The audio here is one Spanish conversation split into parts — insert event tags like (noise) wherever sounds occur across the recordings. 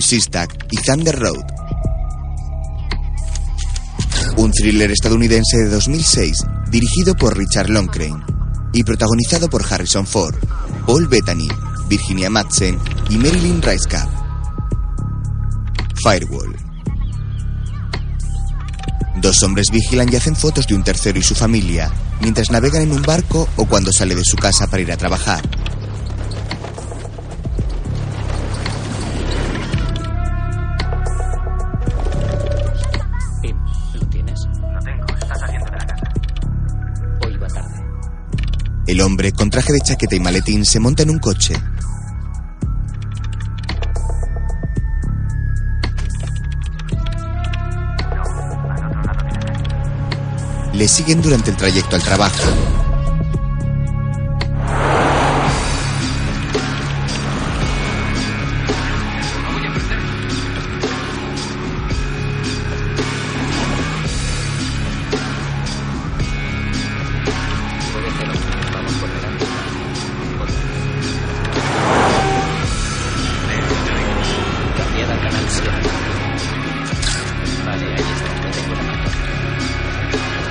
Sistak y Thunder Road. Un thriller estadounidense de 2006 dirigido por Richard Longcrane y protagonizado por Harrison Ford, Paul Bettany, Virginia Madsen y Marilyn Ricecap. Firewall. Dos hombres vigilan y hacen fotos de un tercero y su familia mientras navegan en un barco o cuando sale de su casa para ir a trabajar. Pim, ¿lo tienes? Lo tengo, está saliendo de la casa. Hoy va tarde. El hombre, con traje de chaqueta y maletín, se monta en un coche. Al otro lado tiene que ser. Le siguen durante el trayecto al trabajo. Puede ser otro. Vamos por delante. Otra. Cambiar al canal 7. Vale, ahí está. Ya tengo la marca.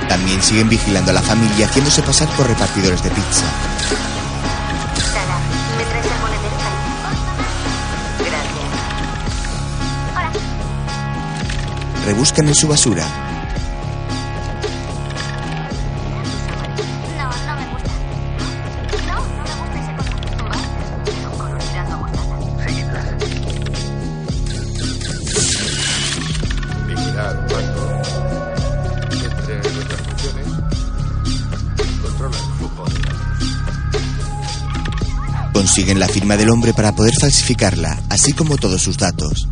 También siguen vigilando a la familia haciéndose pasar por repartidores de pizza. Sara, ¿me traes el monedero ahí? Gracias. Rebuscan en su basura. No, no me gusta. No, no me gusta ese color. ¿Vale? Es un color tirando a mostaza. Seguidlas. Y mirad, un banco. Entre otras funciones, controla el flujo de Consiguen la firma del hombre para poder falsificarla, así como todos sus datos.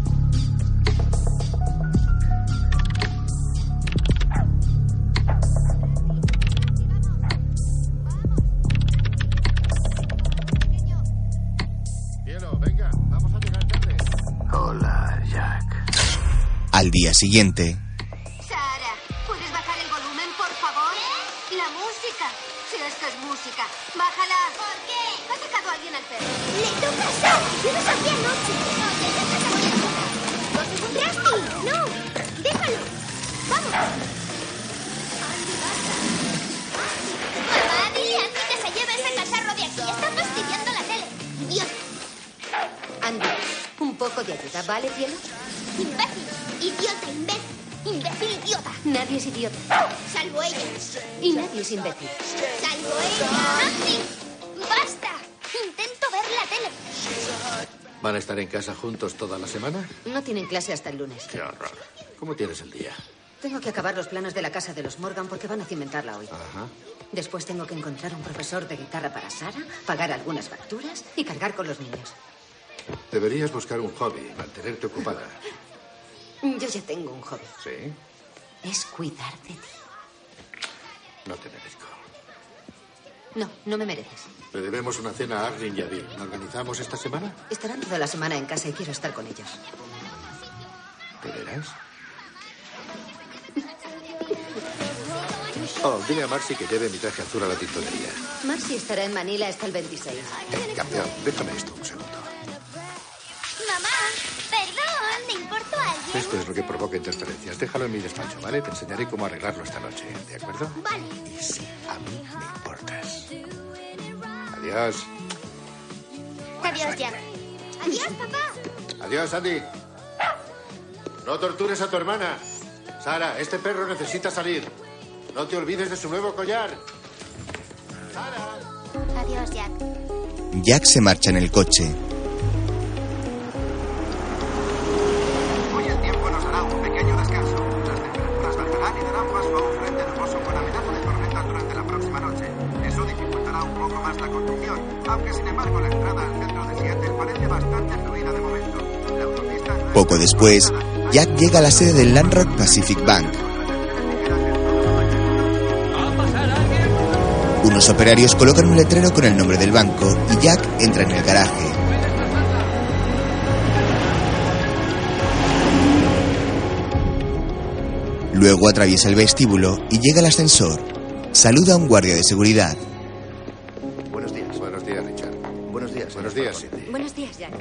Cielo, venga, vamos a llegar tarde. Hola, Jack. Al día siguiente, Sara, ¿puedes bajar el volumen, por favor? ¿Eh? La música. Si esto es música, bájala. ¿Por qué? Ha sacado a alguien al perro. ¡Ah! ¡Le toca a Sam! ¡Lo sabía anoche! ¡No, te dejas a ¡Lo encontraste! ¡No! ¡Déjalo! ¡Vamos! Mamá, dile a Andy que se lleve ese cacharro de aquí. Está fastidiando la tele. ¡Idiota! Andy, un poco de ayuda, ¿vale, cielo? ¡Imbécil! ¡Idiota, imbécil! ¡Imbécil, idiota! Nadie es idiota ¡Salvo ella! y nadie es imbécil. ¡Salvo ella! ¡Andy! ¡Basta! Intento ver la tele. ¿Van a estar en casa juntos toda la semana? No tienen clase hasta el lunes. Qué horror. ¿Cómo tienes el día? Tengo que acabar los planos de la casa de los Morgan porque van a cimentarla hoy. Ajá. Después tengo que encontrar un profesor de guitarra para Sara, pagar algunas facturas y cargar con los niños. Deberías buscar un hobby, mantenerte ocupada. Yo ya tengo un hobby. ¿Sí? Es cuidar de ti. No te merezco. No, no me mereces. Le debemos una cena a Arlene y a Bill. ¿La organizamos esta semana? Estarán toda la semana en casa y quiero estar con ellos. ¿Te verás? Oh, dile a Marcy que lleve mi traje azul a la tintorería. Marcy estará en Manila hasta el 26. Eh, campeón, déjame esto un segundo. Mamá, perdón, ¿le importó a alguien? Esto es lo que provoca interferencias. Déjalo en mi despacho, ¿vale? Te enseñaré cómo arreglarlo esta noche, ¿de acuerdo? Vale. Y si a mí me importas. Adiós. Adiós, Jack. Adiós, papá. Adiós, Andy. No tortures a tu hermana. Sara, este perro necesita salir. No te olvides de su nuevo collar. Adiós, Jack. Jack se marcha en el coche. Hoy el tiempo nos dará un pequeño descanso. Las temperaturas bajarán y darán paso a un frente hermoso con amenaza de tormentas durante la próxima noche. Eso dificultará un poco más la conducción, aunque sin embargo la entrada al centro de Seattle parece bastante fluida de momento. La autopista no es- Poco después, Jack llega a la sede del Land Rock Pacific Bank. Unos operarios colocan un letrero con el nombre del banco y Jack entra en el garaje. Luego atraviesa el vestíbulo y llega al ascensor. Saluda a un guardia de seguridad. Buenos días. Buenos días, Richard. Buenos días. Buenos días, Cindy. Buenos días, Jack.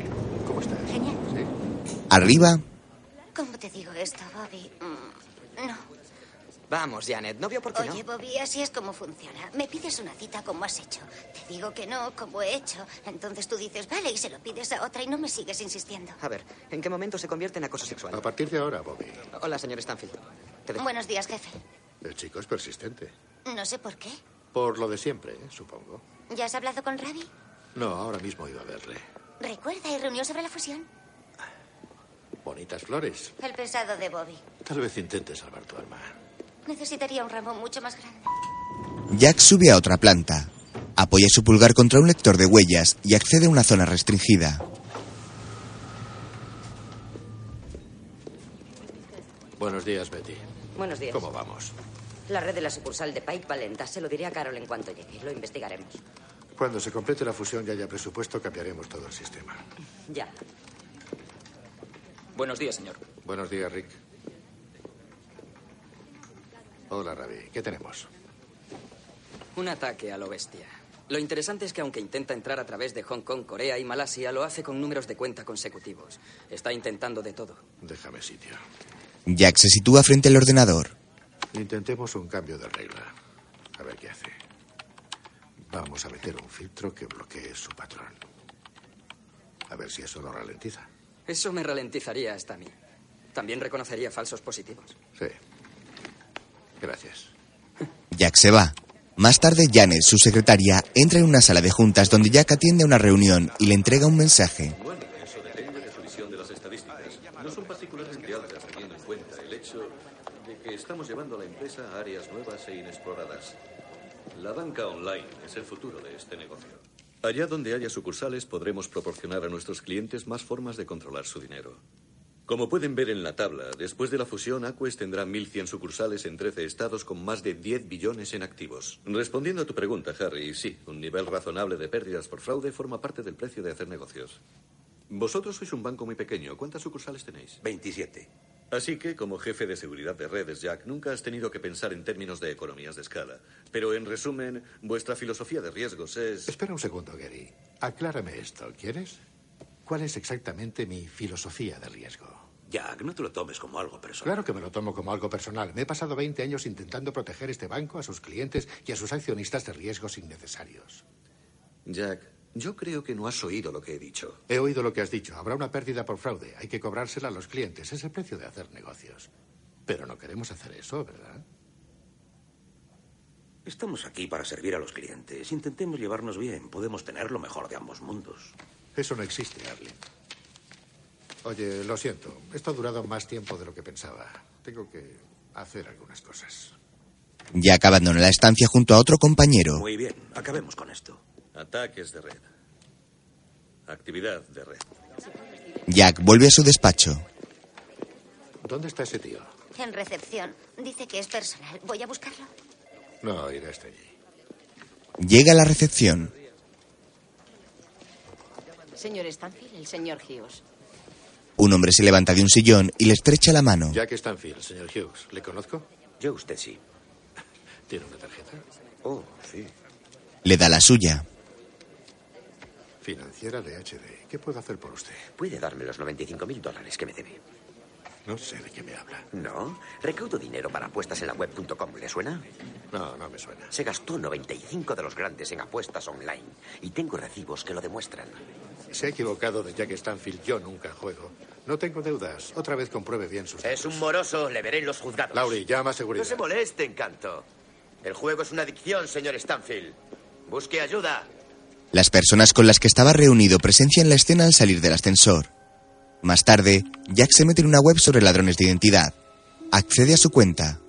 ¿Cómo estás? Genial. ¿Sí? Arriba, ¿Cómo te digo esto, Bobby? Mm, No. Vamos, Janet, ¿no vio por qué no? Oye, Bobby, así es como funciona. Me pides una cita como has hecho. Te digo que no, como he hecho. Entonces tú dices, vale, y se lo pides a otra y no me sigues insistiendo. A ver, ¿en qué momento se convierte en acoso sexual? A partir de ahora, Bobby. Hola, señor Stanfield. Te dejo. Buenos días, jefe. El chico es persistente. No sé por qué. Por lo de siempre, ¿eh? supongo. ¿Ya has hablado con Ravi? No, ahora mismo iba a verle. Recuerda, y reunió sobre la fusión. Bonitas flores. El pesado de Bobby. Tal vez intente salvar tu alma. Necesitaría un ramo mucho más grande. Jack sube a otra planta. Apoya su pulgar contra un lector de huellas y accede a una zona restringida. Buenos días, Betty. Buenos días. ¿Cómo vamos? La red de la sucursal de Pike Valenta. Se lo diré a Carol en cuanto llegue. Lo investigaremos. Cuando se complete la fusión y haya presupuesto, cambiaremos todo el sistema. Ya. Buenos días, señor. Buenos días, Rick. Hola, Ravi. ¿Qué tenemos? Un ataque a lo bestia. Lo interesante es que aunque intenta entrar a través de Hong Kong, Corea y Malasia, lo hace con números de cuenta consecutivos. Está intentando de todo. Déjame sitio. Jack se sitúa frente al ordenador. Intentemos un cambio de regla. A ver qué hace. Vamos a meter un filtro que bloquee su patrón. A ver si eso lo ralentiza. Eso me ralentizaría hasta a mí. También reconocería falsos positivos. Sí. Gracias. Jack se va. Más tarde, Janet, su secretaria, entra en una sala de juntas donde Jack atiende a una reunión y le entrega un mensaje. e- Allá donde haya sucursales podremos proporcionar a nuestros clientes más formas de controlar su dinero. Como pueden ver en la tabla, después de la fusión, Aquest tendrá 1.100 sucursales en 13 estados con más de 10 billones en activos. Respondiendo a tu pregunta, Harry, sí, un nivel razonable de pérdidas por fraude forma parte del precio de hacer negocios. Vosotros sois un banco muy pequeño. ¿Cuántas sucursales tenéis? 27. Así que, como jefe de seguridad de redes, Jack, nunca has tenido que pensar en términos de economías de escala. Pero, en resumen, vuestra filosofía de riesgos es... Espera un segundo, Gary. Aclárame esto, ¿quieres? ¿Cuál es exactamente mi filosofía de riesgo? Jack, no te lo tomes como algo personal. Claro que me lo tomo como algo personal. Me he pasado 20 años intentando proteger este banco, a sus clientes y a sus accionistas de riesgos innecesarios. Jack, yo creo que no has oído lo que he dicho. He oído lo que has dicho. Habrá una pérdida por fraude. Hay que cobrársela a los clientes. Es el precio de hacer negocios. Pero no queremos hacer eso, ¿verdad? Estamos aquí para servir a los clientes. Intentemos llevarnos bien. Podemos tener lo mejor de ambos mundos. Eso no existe, Arlen. Oye, Eh, lo siento. Esto ha durado más tiempo de lo que pensaba. Tengo que hacer algunas cosas. Jack abandona la estancia junto a otro compañero. Muy bien, acabemos con esto. Ataques de red. Actividad de red. Jack vuelve a su despacho. ¿Dónde está ese tío? En recepción. Dice que es personal. Voy a buscarlo. No, iré hasta allí. Llega a la recepción. Señor Stanfield, el señor Hughes. Un hombre se levanta de un sillón y le estrecha la mano. Jack Stanfield, señor Hughes. ¿Le conozco? Yo, usted sí. (laughs) ¿Tiene una tarjeta? Oh, sí. Le da la suya. Financiera de HD. ¿Qué puedo hacer por usted? Puede darme los 95 mil dólares que me debe. No sé de qué me habla. No, recaudo dinero para apuestas en la web.com. ¿Le suena? No, no me suena. Se gastó 95 de los grandes en apuestas online. Y tengo recibos que lo demuestran. Se ha equivocado de Jack Stanfield. Yo nunca juego. No tengo deudas. Otra vez compruebe bien sus... Es un moroso. Le veré en los juzgados. Lauri, llama a seguridad. No se moleste, encanto. El juego es una adicción, señor Stanfield. Busque ayuda. Las personas con las que estaba reunido presencian la escena al salir del ascensor. Más tarde, Jack se mete en una web sobre ladrones de identidad. Accede a su cuenta.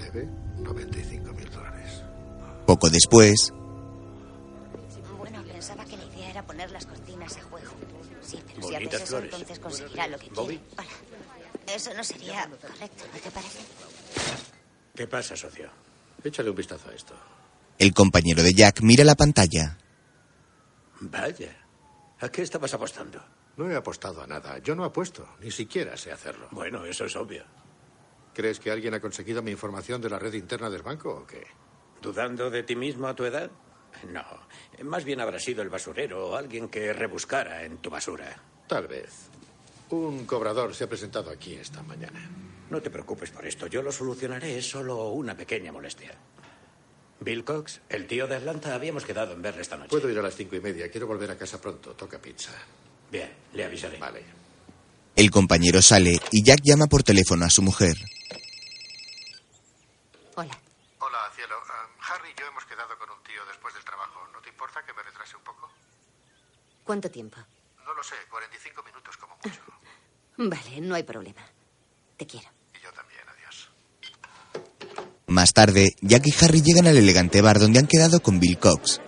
Debe 95 mil dólares. Poco después, Bueno, pensaba que la idea era poner las cortinas a juego. Sí, pero si Bonitas haces eso, flores. entonces conseguirá lo que quiere. Hola. Eso no sería correcto, ¿no te parece? ¿Qué pasa, socio? Échale un vistazo a esto. el compañero de Jack mira la pantalla. Vaya. ¿A qué estabas apostando? No he apostado a nada. Yo no apuesto. Ni siquiera sé hacerlo. Bueno, eso es obvio. ¿Crees que alguien ha conseguido mi información de la red interna del banco o qué? ¿Dudando de ti mismo a tu edad? No, más bien habrá sido el basurero o alguien que rebuscara en tu basura. Tal vez. Un cobrador se ha presentado aquí esta mañana. No te preocupes por esto, yo lo solucionaré, es solo una pequeña molestia. Bill Cox, el tío de Atlanta, habíamos quedado en verle esta noche. Puedo ir a las cinco y media, quiero volver a casa pronto, toca pizza. Bien, le avisaré. Vale. El compañero sale y Jack llama por teléfono a su mujer. Hola. Hola, cielo. Ah, Harry y yo hemos quedado con un tío después del trabajo. ¿No te importa que me retrase un poco? ¿Cuánto tiempo? No lo sé, 45 minutos como mucho. (laughs) Vale, no hay problema. Te quiero. Y yo también, adiós. Más tarde, Jack y Harry llegan al elegante bar donde han quedado con Bill Cox.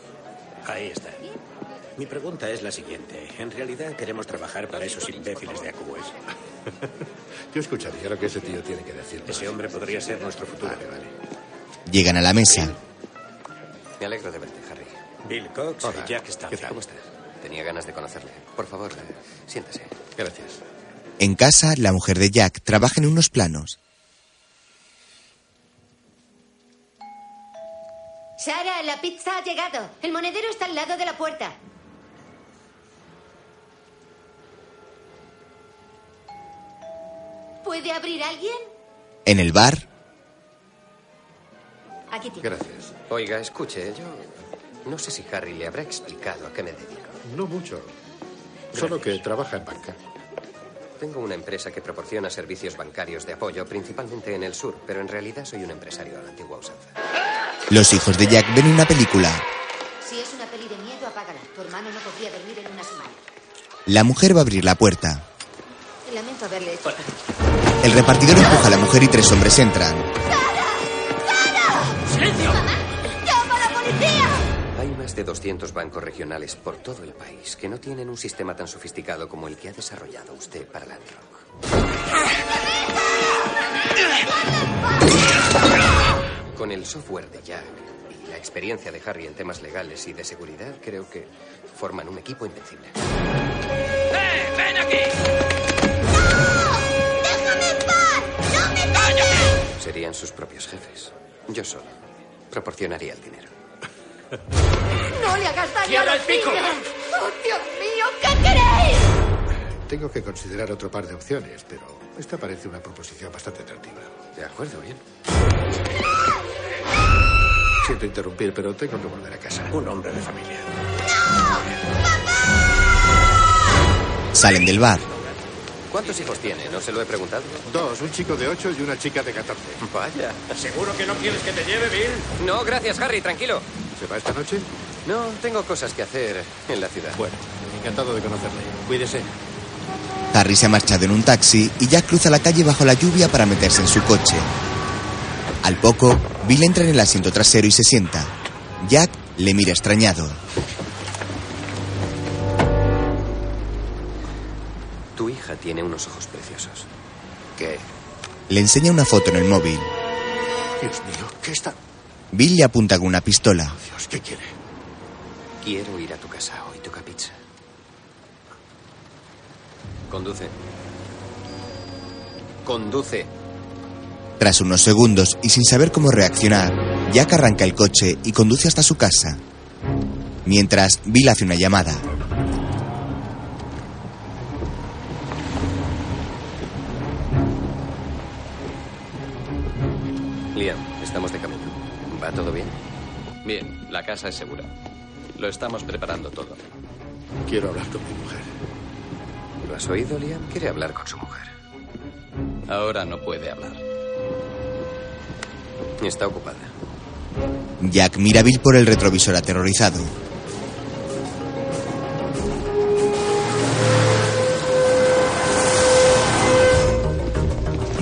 Ahí está. Mi pregunta es la siguiente. ¿En realidad queremos trabajar para esos imbéciles de AQS? (laughs) Yo escucharía lo que ese tío tiene que decir. Ese hombre podría ser nuestro futuro. Vale, vale. Llegan a la mesa. Me alegro de verte, Harry. Bill Cox Hola. y Jack Stanley. ¿Qué tal? ¿Cómo estás? Tenía ganas de conocerle. Por favor, eh, siéntese. Gracias. En casa, la mujer de Jack trabaja en unos planos. Sara, la pizza ha llegado. El monedero está al lado de la puerta. ¿Puede abrir alguien? En el bar, Aquí tiene. Gracias. Oiga, escuche, yo no sé si Harry le habrá explicado a qué me dedico. No mucho. Solo que trabaja en banca. Tengo una empresa que proporciona servicios bancarios de apoyo, principalmente en el sur, pero en realidad soy un empresario a la antigua usanza. los hijos de Jack ven una película. Si es una peli de miedo, apágala. Tu hermano no podría dormir en una semana. La mujer va a abrir la puerta. Lamento haberle hecho. El repartidor empuja a la mujer y tres hombres entran. Hay más de 200 bancos regionales por todo el país que no tienen un sistema tan sofisticado como el que ha desarrollado usted para Land Rock. Con el software de Jack y la experiencia de Harry en temas legales y de seguridad, creo que forman un equipo invencible. Serían sus propios jefes. Yo solo proporcionaría el dinero. ¡No le hagas daño ¡Quiero a el los pico! tigres! ¡Oh, Dios mío! ¿Qué queréis? Tengo que considerar otro par de opciones, pero esta parece una proposición bastante atractiva. De acuerdo, bien. Siento interrumpir, pero tengo que volver a casa. Un hombre de familia. Salen del bar. ¿Cuántos hijos tiene? No se lo he preguntado. Dos, un chico de 8 y una chica de 14. Vaya. ¿Seguro que no quieres que te lleve, Bill? No, gracias, Harry, tranquilo. ¿Se va esta noche? No, tengo cosas que hacer en la ciudad. Bueno, encantado de conocerle. Cuídese. Harry se ha marchado en un taxi y Jack cruza la calle bajo la lluvia para meterse en su coche. Al poco, Bill entra en el asiento trasero y se sienta. Jack le mira extrañado. Tu hija tiene unos ojos preciosos. ¿Qué? Le enseña una foto en el móvil. Dios mío, ¿qué está? Bill le apunta con una pistola. Dios, ¿qué quiere? Quiero ir a tu casa. Hoy toca pizza. Conduce. Conduce. Tras unos segundos y sin saber cómo reaccionar, Jack arranca el coche y conduce hasta su casa. Mientras, Bill hace una llamada. Liam, estamos de camino. ¿Va todo bien? Bien, la casa es segura. Lo estamos preparando todo. Quiero hablar con mi mujer. ¿Lo has oído, Liam? Quiere hablar con su mujer. Ahora no puede hablar. Está ocupada. Jack mira a Bill por el retrovisor aterrorizado.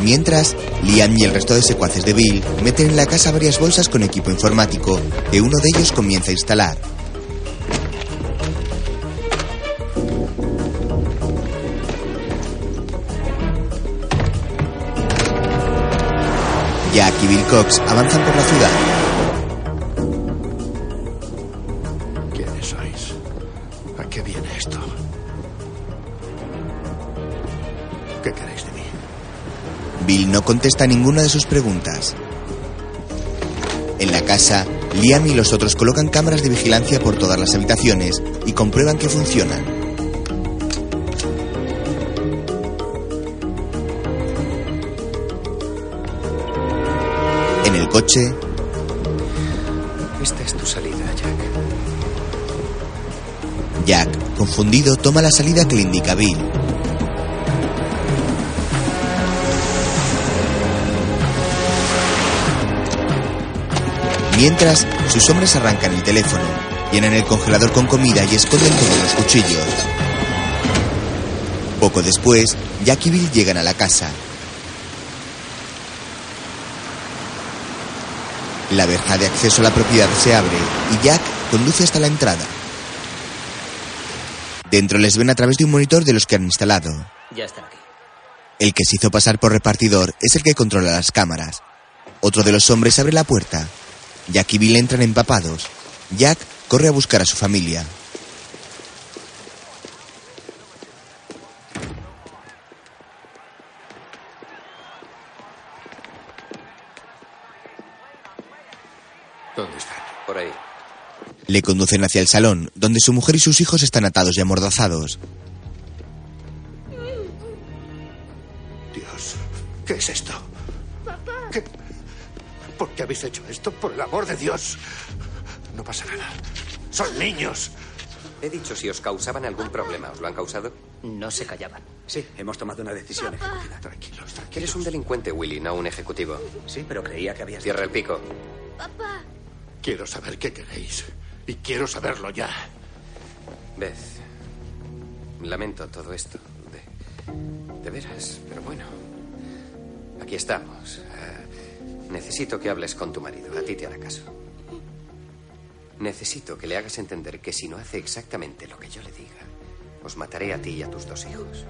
Mientras, Liam y el resto de secuaces de Bill meten en la casa varias bolsas con equipo informático que uno de ellos comienza a instalar. Jack y Bill Cox avanzan por la ciudad. ¿Quiénes sois? ¿A qué viene esto? ¿Qué queréis de mí? Bill no contesta ninguna de sus preguntas. En la casa, Liam y los otros colocan cámaras de vigilancia por todas las habitaciones y comprueban que funcionan. En el coche, Esta es tu salida, Jack. Jack, confundido, toma la salida que le indica Bill. Mientras, sus hombres arrancan el teléfono, llenan el congelador con comida y esconden todos los cuchillos. Poco después, Jack y Bill llegan a la casa. La verja de acceso a la propiedad se abre y Jack conduce hasta la entrada. Dentro les ven a través de un monitor de los que han instalado. Ya están aquí. El que se hizo pasar por repartidor es el que controla las cámaras. Otro de los hombres abre la puerta. Jack y Bill entran empapados. Jack corre a buscar a su familia. ¿Dónde están? Por ahí. Le conducen hacia el salón, donde su mujer y sus hijos están atados y amordazados. Dios, ¿qué es esto? ¿Qué? ¿Por qué habéis hecho esto? Por el amor de Dios. No pasa nada. Son niños. He dicho si os causaban algún problema. ¿Os lo han causado? No se callaban. Sí, hemos tomado una decisión ejecutiva. Tranquilos, tranquilos. Eres un delincuente, Willy, no un ejecutivo. Sí, pero creía que habías... Cierra el pico. Quiero saber qué queréis. Y quiero saberlo ya. Beth, lamento todo esto. De, de veras, pero bueno. Aquí estamos. Ah, necesito que hables con tu marido. A ti te hará caso. Necesito que le hagas entender que si no hace exactamente lo que yo le diga, os mataré a ti y a tus dos hijos.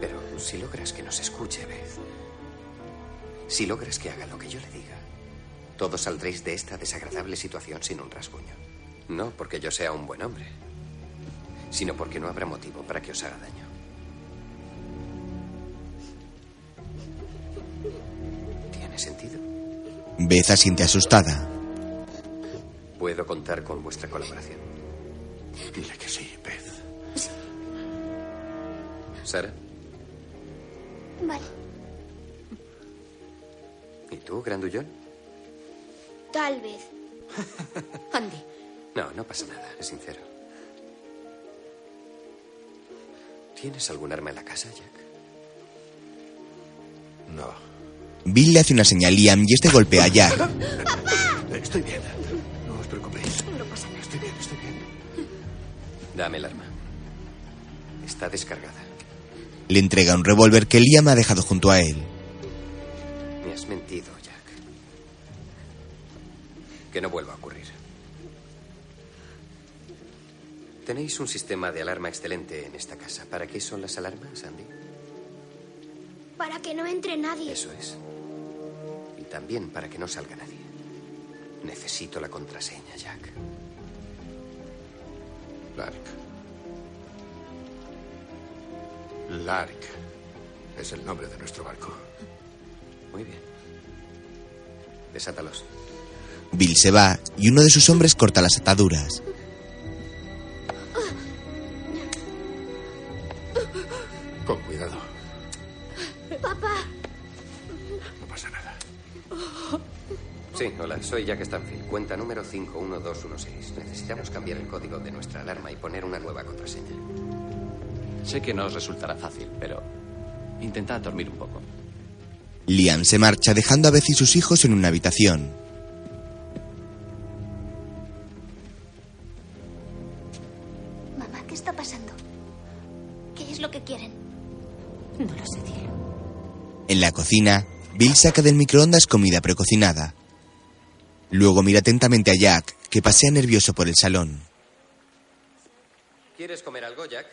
Pero si logras que nos escuche, Beth, si logras que haga lo que yo le diga, todos saldréis de esta desagradable situación sin un rasguño. No porque yo sea un buen hombre, sino porque no habrá motivo para que os haga daño. ¿Tiene sentido? Beth asiente asustada. Puedo contar con vuestra colaboración. Dile que sí, Beth. Sara, Vale. ¿y tú, grandullón? Tal vez. (laughs) Andy. No, no pasa nada, es sincero. ¿Tienes algún arma en la casa, Jack? No. Bill le hace una señal a Liam y este golpea a Jack. Estoy bien. No os preocupéis. No pasa nada. Estoy bien, estoy bien. Dame el arma. Está descargada. Le entrega un revólver que Liam ha dejado junto a él. Me has mentido, Jack. Que no vuelva a ocurrir. Tenéis un sistema de alarma excelente en esta casa. ¿Para qué son las alarmas, Andy? Para que no entre nadie. Eso es. Y también para que no salga nadie. Necesito la contraseña, Jack. Lark. Lark. Es el nombre de nuestro barco. Muy bien. Desátalos. Bill se va y uno de sus hombres corta las ataduras. Con cuidado. Papá. No pasa nada. Sí, hola, soy Jack Stanfield. Cuenta número 511216. Necesitamos cambiar el código de nuestra alarma y poner una nueva contraseña. Sé que no os resultará fácil, pero intentad dormir un poco. Liam se marcha dejando a Beth y sus hijos en una habitación. Mamá, ¿qué está pasando? ¿Qué es lo que quieren? No lo sé, cielo. En la cocina, Bill saca del microondas comida precocinada. Luego mira atentamente a Jack, que pasea nervioso por el salón. ¿Quieres comer algo, Jack?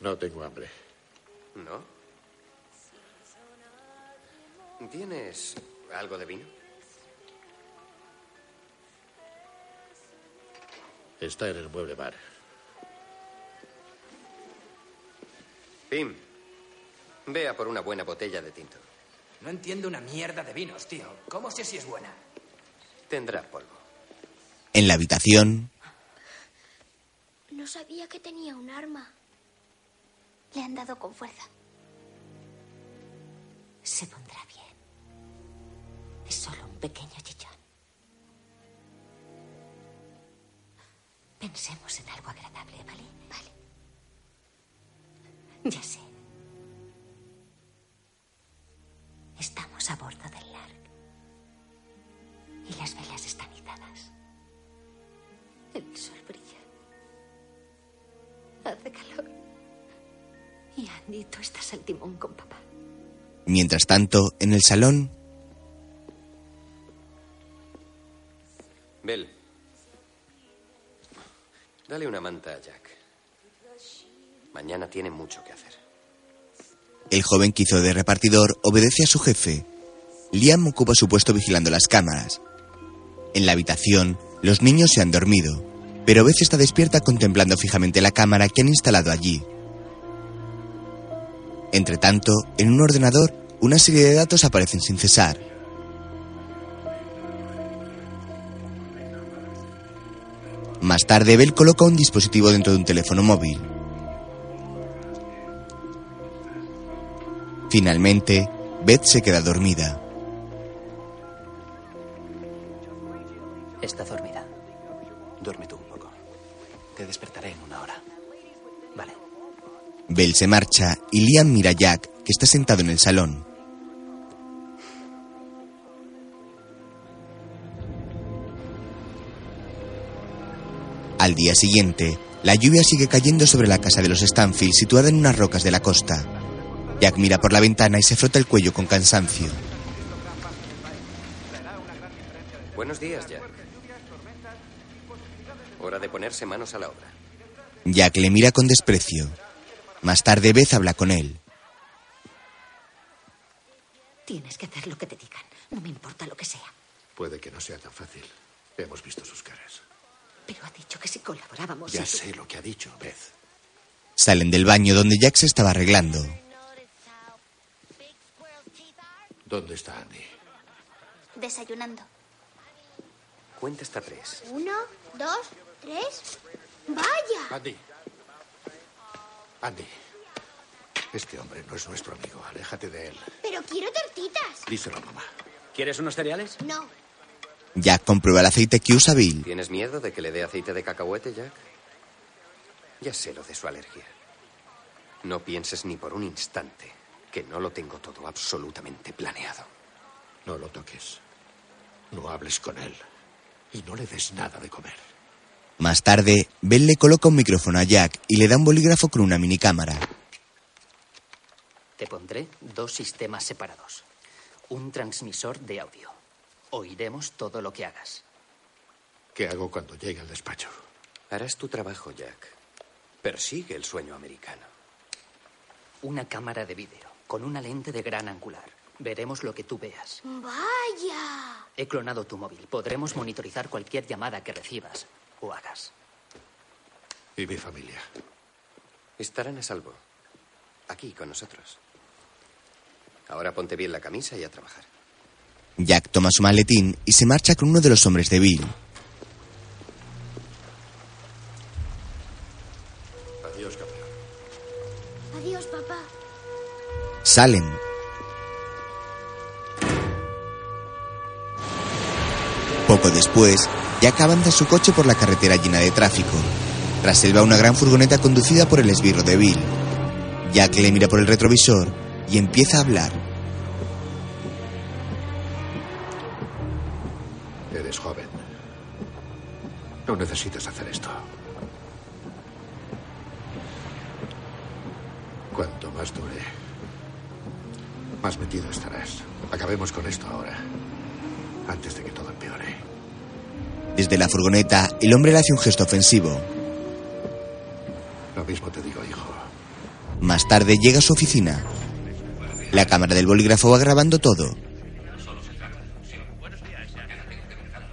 No tengo hambre. ¿No? ¿Tienes algo de vino? Está en el mueble bar. Pim, Vea por una buena botella de tinto. No entiendo una mierda de vinos, tío. ¿Cómo sé si es buena? Tendrá polvo. En la habitación, No sabía que tenía un arma. Le han dado con fuerza. Se pondrá bien. Es solo un pequeño chillón. Pensemos en algo agradable, ¿vale? Vale. Ya sé. Estamos a bordo del Lark. Y las velas están izadas. El sol brilla. Hace calor. Y Andy, tú estás al timón con papá. mientras tanto, en el salón, Bell. Dale una manta a Jack. Mañana tiene mucho que hacer. el joven que hizo de repartidor obedece a su jefe. Liam ocupa su puesto vigilando las cámaras. En la habitación, los niños se han dormido, pero Beth está despierta contemplando fijamente la cámara que han instalado allí. Entre tanto, en un ordenador, una serie de datos aparecen sin cesar. Más tarde, Bell coloca un dispositivo dentro de un teléfono móvil. Finalmente, Beth se queda dormida. Está dormida. Duerme tú un poco. Te despertaré en una hora. Vale. Bell se marcha y Liam mira a Jack, que está sentado en el salón. Al día siguiente, la lluvia sigue cayendo sobre la casa de los Stanfield situada en unas rocas de la costa. Jack mira por la ventana y se frota el cuello con cansancio. Buenos días, Jack. Hora de ponerse manos a la obra. Jack le mira con desprecio. Más tarde Beth habla con él. Tienes que hacer lo que te digan. No me importa lo que sea. Puede que no sea tan fácil. Hemos visto sus caras. Pero ha dicho que si colaborábamos. Ya y tú- sé lo que ha dicho, Beth. Salen del baño donde Jack se estaba arreglando. ¿Dónde está Andy? Desayunando. Cuenta hasta tres. Uno, dos, tres. ¡Vaya! Andy. Andy. Este hombre no es nuestro amigo. Aléjate de él. Pero quiero tortitas. Díselo a mamá. ¿Quieres unos cereales? No. Jack comprueba el aceite que usa Bill. ¿Tienes miedo de que le dé aceite de cacahuete, Jack? Ya sé lo de su alergia. No pienses ni por un instante que no lo tengo todo absolutamente planeado. No lo toques. No hables con él. Y no le des nada de comer. Más tarde, Bell le coloca un micrófono a Jack y le da un bolígrafo con una minicámara. Te pondré dos sistemas separados. Un transmisor de audio. Oiremos todo lo que hagas. ¿Qué hago cuando llegue al despacho? Harás tu trabajo, Jack. Persigue el sueño americano. Una cámara de vídeo con una lente de gran angular. Veremos lo que tú veas. ¡Vaya! He clonado tu móvil. Podremos monitorizar cualquier llamada que recibas o hagas. Y mi familia. Estarán a salvo. Aquí con nosotros. Ahora ponte bien la camisa y a trabajar. Jack toma su maletín y se marcha con uno de los hombres de Bill. Adiós, campeón. Adiós, papá. Salen. Poco después, Jack avanza su coche por la carretera llena de tráfico. Tras él va una gran furgoneta conducida por el esbirro de Bill. Jack le mira por el retrovisor y empieza a hablar. Eres joven. No necesitas hacer esto. Cuanto más dure, más metido estarás. Acabemos con esto ahora, antes de que todo empeore. Desde la furgoneta, el hombre le hace un gesto ofensivo. Lo mismo te digo, hijo. Más tarde llega a su oficina. La cámara del bolígrafo va grabando todo.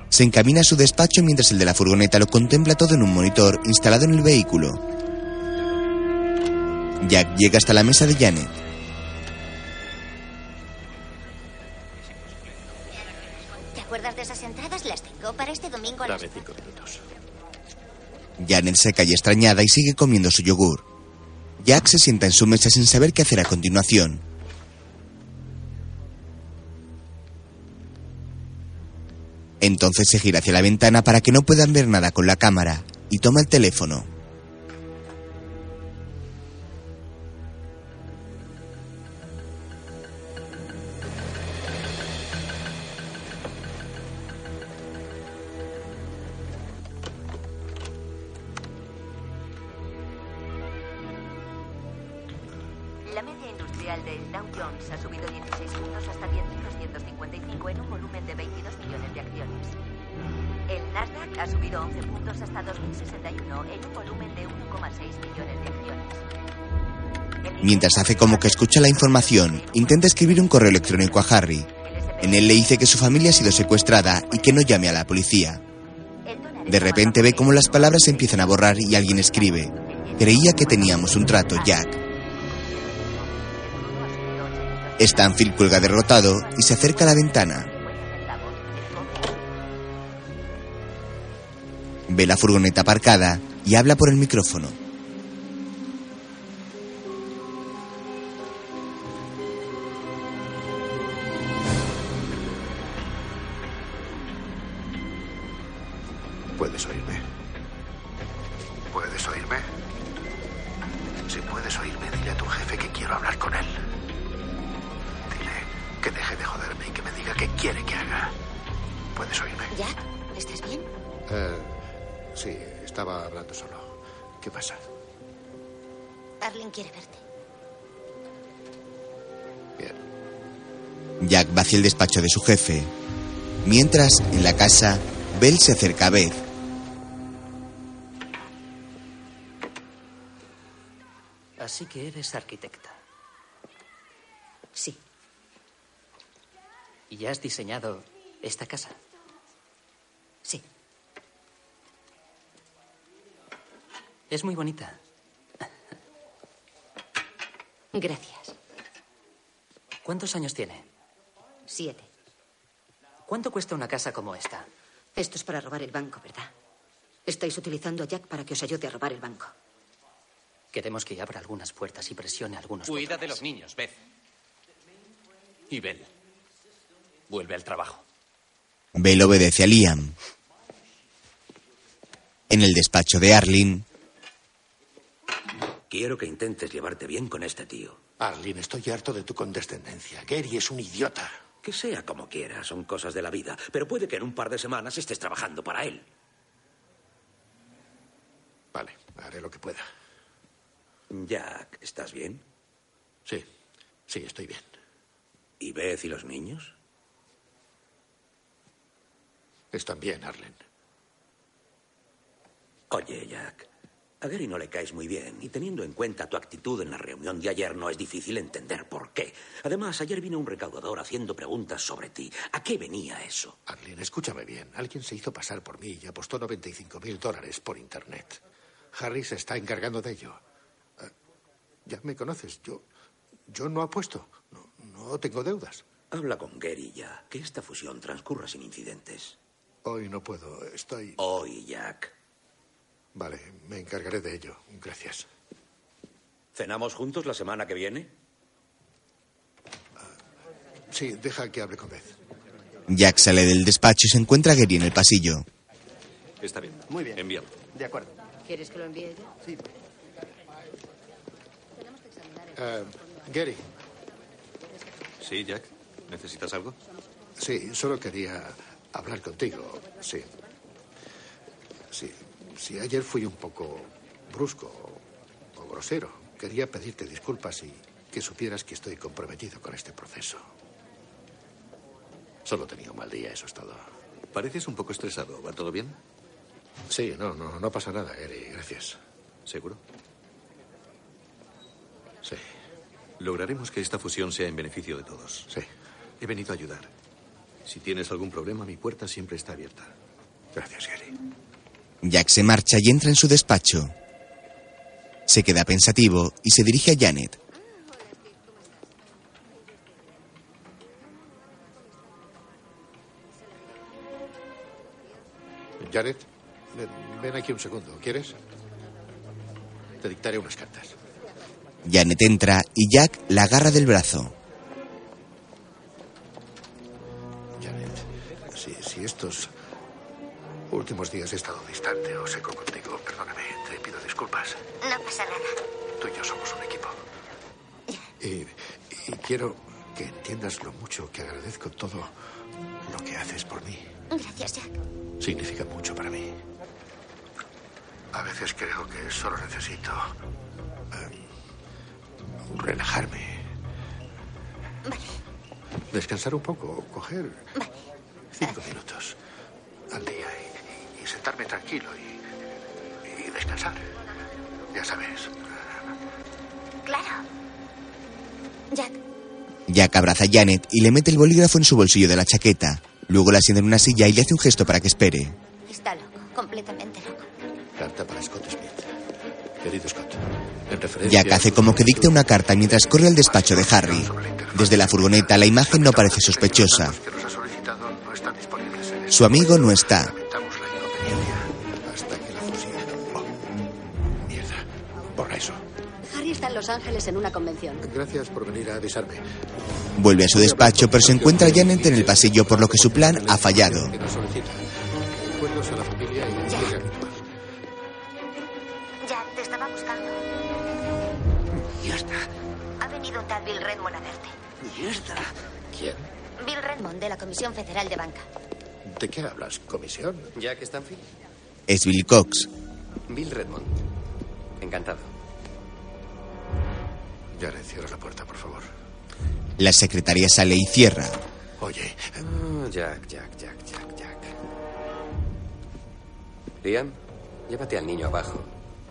Se encamina a su despacho mientras el de la furgoneta lo contempla todo en un monitor instalado en el vehículo. Jack llega hasta la mesa de Janet. para este domingo a las Dame cinco minutos. Janet se calla extrañada y sigue comiendo su yogur. Jack se sienta en su mesa sin saber qué hacer a continuación. Entonces se gira hacia la ventana para que no puedan ver nada con la cámara y toma el teléfono. La media industrial del Dow Jones ha subido 16 puntos hasta 10.255 en un volumen de 22 millones de acciones. El Nasdaq ha subido 11 puntos hasta 2.061 en un volumen de 1,6 millones de acciones. Mientras hace como que escucha la información, intenta escribir un correo electrónico a Harry. En él le dice que su familia ha sido secuestrada y que no llame a la policía. De repente ve cómo las palabras se empiezan a borrar y alguien escribe. Creía que teníamos un trato, Jack. Stanfield cuelga derrotado y se acerca a la ventana. Ve la furgoneta aparcada y habla por el micrófono. ¿Puedes oírme? ¿Puedes oírme? Si puedes oírme, dile a tu jefe que quiero hablar con él. Dile que deje de joderme y que me diga qué quiere que haga. ¿Puedes oírme? Jack, ¿estás bien? Eh, sí, estaba hablando solo. ¿Qué pasa? Arlene quiere verte. Jack va hacia el despacho de su jefe. Mientras, en la casa, Bell se acerca a Beth. Así que eres arquitecta. Sí. ¿Y ya has diseñado esta casa? Sí. Es muy bonita. Gracias. ¿Cuántos años tiene? Siete. ¿Cuánto cuesta una casa como esta? Esto es para robar el banco, ¿verdad? Estáis utilizando a Jack para que os ayude a robar el banco. Queremos que abra algunas puertas y presione algunos. Cuida de los niños, Beth. Y Bell. Vuelve al trabajo. Bell obedece a Liam. En el despacho de Arlene, Quiero que intentes llevarte bien con este tío. Arlene, estoy harto de tu condescendencia. Gary es un idiota. Que sea como quiera, son cosas de la vida. Pero puede que en un par de semanas estés trabajando para él. Vale, haré lo que pueda. Jack, ¿estás bien? Sí, sí, estoy bien. ¿Y Beth y los niños? Están bien, Arlen. Oye, Jack, a Gary no le caes muy bien y teniendo en cuenta tu actitud en la reunión de ayer no es difícil entender por qué. Además, ayer vino un recaudador haciendo preguntas sobre ti. ¿A qué venía eso? Arlen, escúchame bien. Alguien se hizo pasar por mí y apostó 95 mil dólares por Internet. Harry se está encargando de ello. Eh, ya me conoces. Yo, yo no apuesto. No, no tengo deudas. Habla con Gary ya, que esta fusión transcurra sin incidentes. Hoy no puedo. Estoy. Hoy, Jack. Vale, me encargaré de ello. Gracias. ¿Cenamos juntos la semana que viene? Sí, deja que hable con Beth. Jack sale del despacho y se encuentra a Gary en el pasillo. Está bien. Muy bien. Envíalo. De acuerdo. ¿Quieres que lo envíe yo? Sí. Eh, Gary, Sí, Jack. ¿Necesitas algo? sí, solo quería hablar contigo. Sí. Sí, sí, ayer fui un poco brusco o- o grosero. Quería pedirte disculpas y que supieras que estoy comprometido con este proceso. Solo tenía un mal día, eso es todo. Pareces un poco estresado. ¿Va todo bien? Sí, no, no, no pasa nada, Gary. Gracias. ¿Seguro? Sí. Lograremos que esta fusión sea en beneficio de todos. Sí. He venido a ayudar. Si tienes algún problema, mi puerta siempre está abierta. Gracias, Gary. Jack se marcha y entra en su despacho. Se queda pensativo y se dirige a Janet. Jared, ven, ven aquí un segundo, ¿quieres? Te dictaré unas cartas. Janet entra y Jack la agarra del brazo. Janet, si, si estos últimos días he estado distante o seco contigo, perdóname, te pido disculpas. No pasa nada. Tú y yo somos un equipo. Y, y quiero que entiendas lo mucho que agradezco todo lo que haces por mí. Gracias, Jack. Significa mucho para mí. A veces creo que solo necesito eh, relajarme. Descansar un poco, coger cinco minutos al día y, y sentarme tranquilo y- y descansar. Ya sabes, Claro. Jack, Jack abraza a Janet y le mete el bolígrafo en su bolsillo de la chaqueta. Luego la sienta en una silla y le hace un gesto para que espere. está loco, completamente loco. Carta para Scott Smith. Querido Scott, en referencia Jack hace como que dicta una carta mientras corre al despacho de Harry. Desde la furgoneta la imagen no parece sospechosa. Su amigo no está. por eso. Harry está en Los Ángeles en una convención. Gracias por venir a avisarme. Vuelve a su despacho pero se encuentra a Janet en el pasillo por lo que su plan ha fallado. Que nos solicita. Recuerdos a la familia y llega a mi lugar. Jack, te estaba buscando. Mierda, Ha venido un tal Bill Redmond a verte. mierda. ¿Quién? Bill Redmond, de la Comisión Federal de Banca. ¿De qué hablas? ¿Comisión? Jack Stanfield. Es Bill Cox. Bill Redmond. Encantado. Jared, cierra la puerta, por favor. La secretaria sale y cierra. Oye. Mm, Jack, Jack, Jack, Jack, Jack. Liam, llévate al niño abajo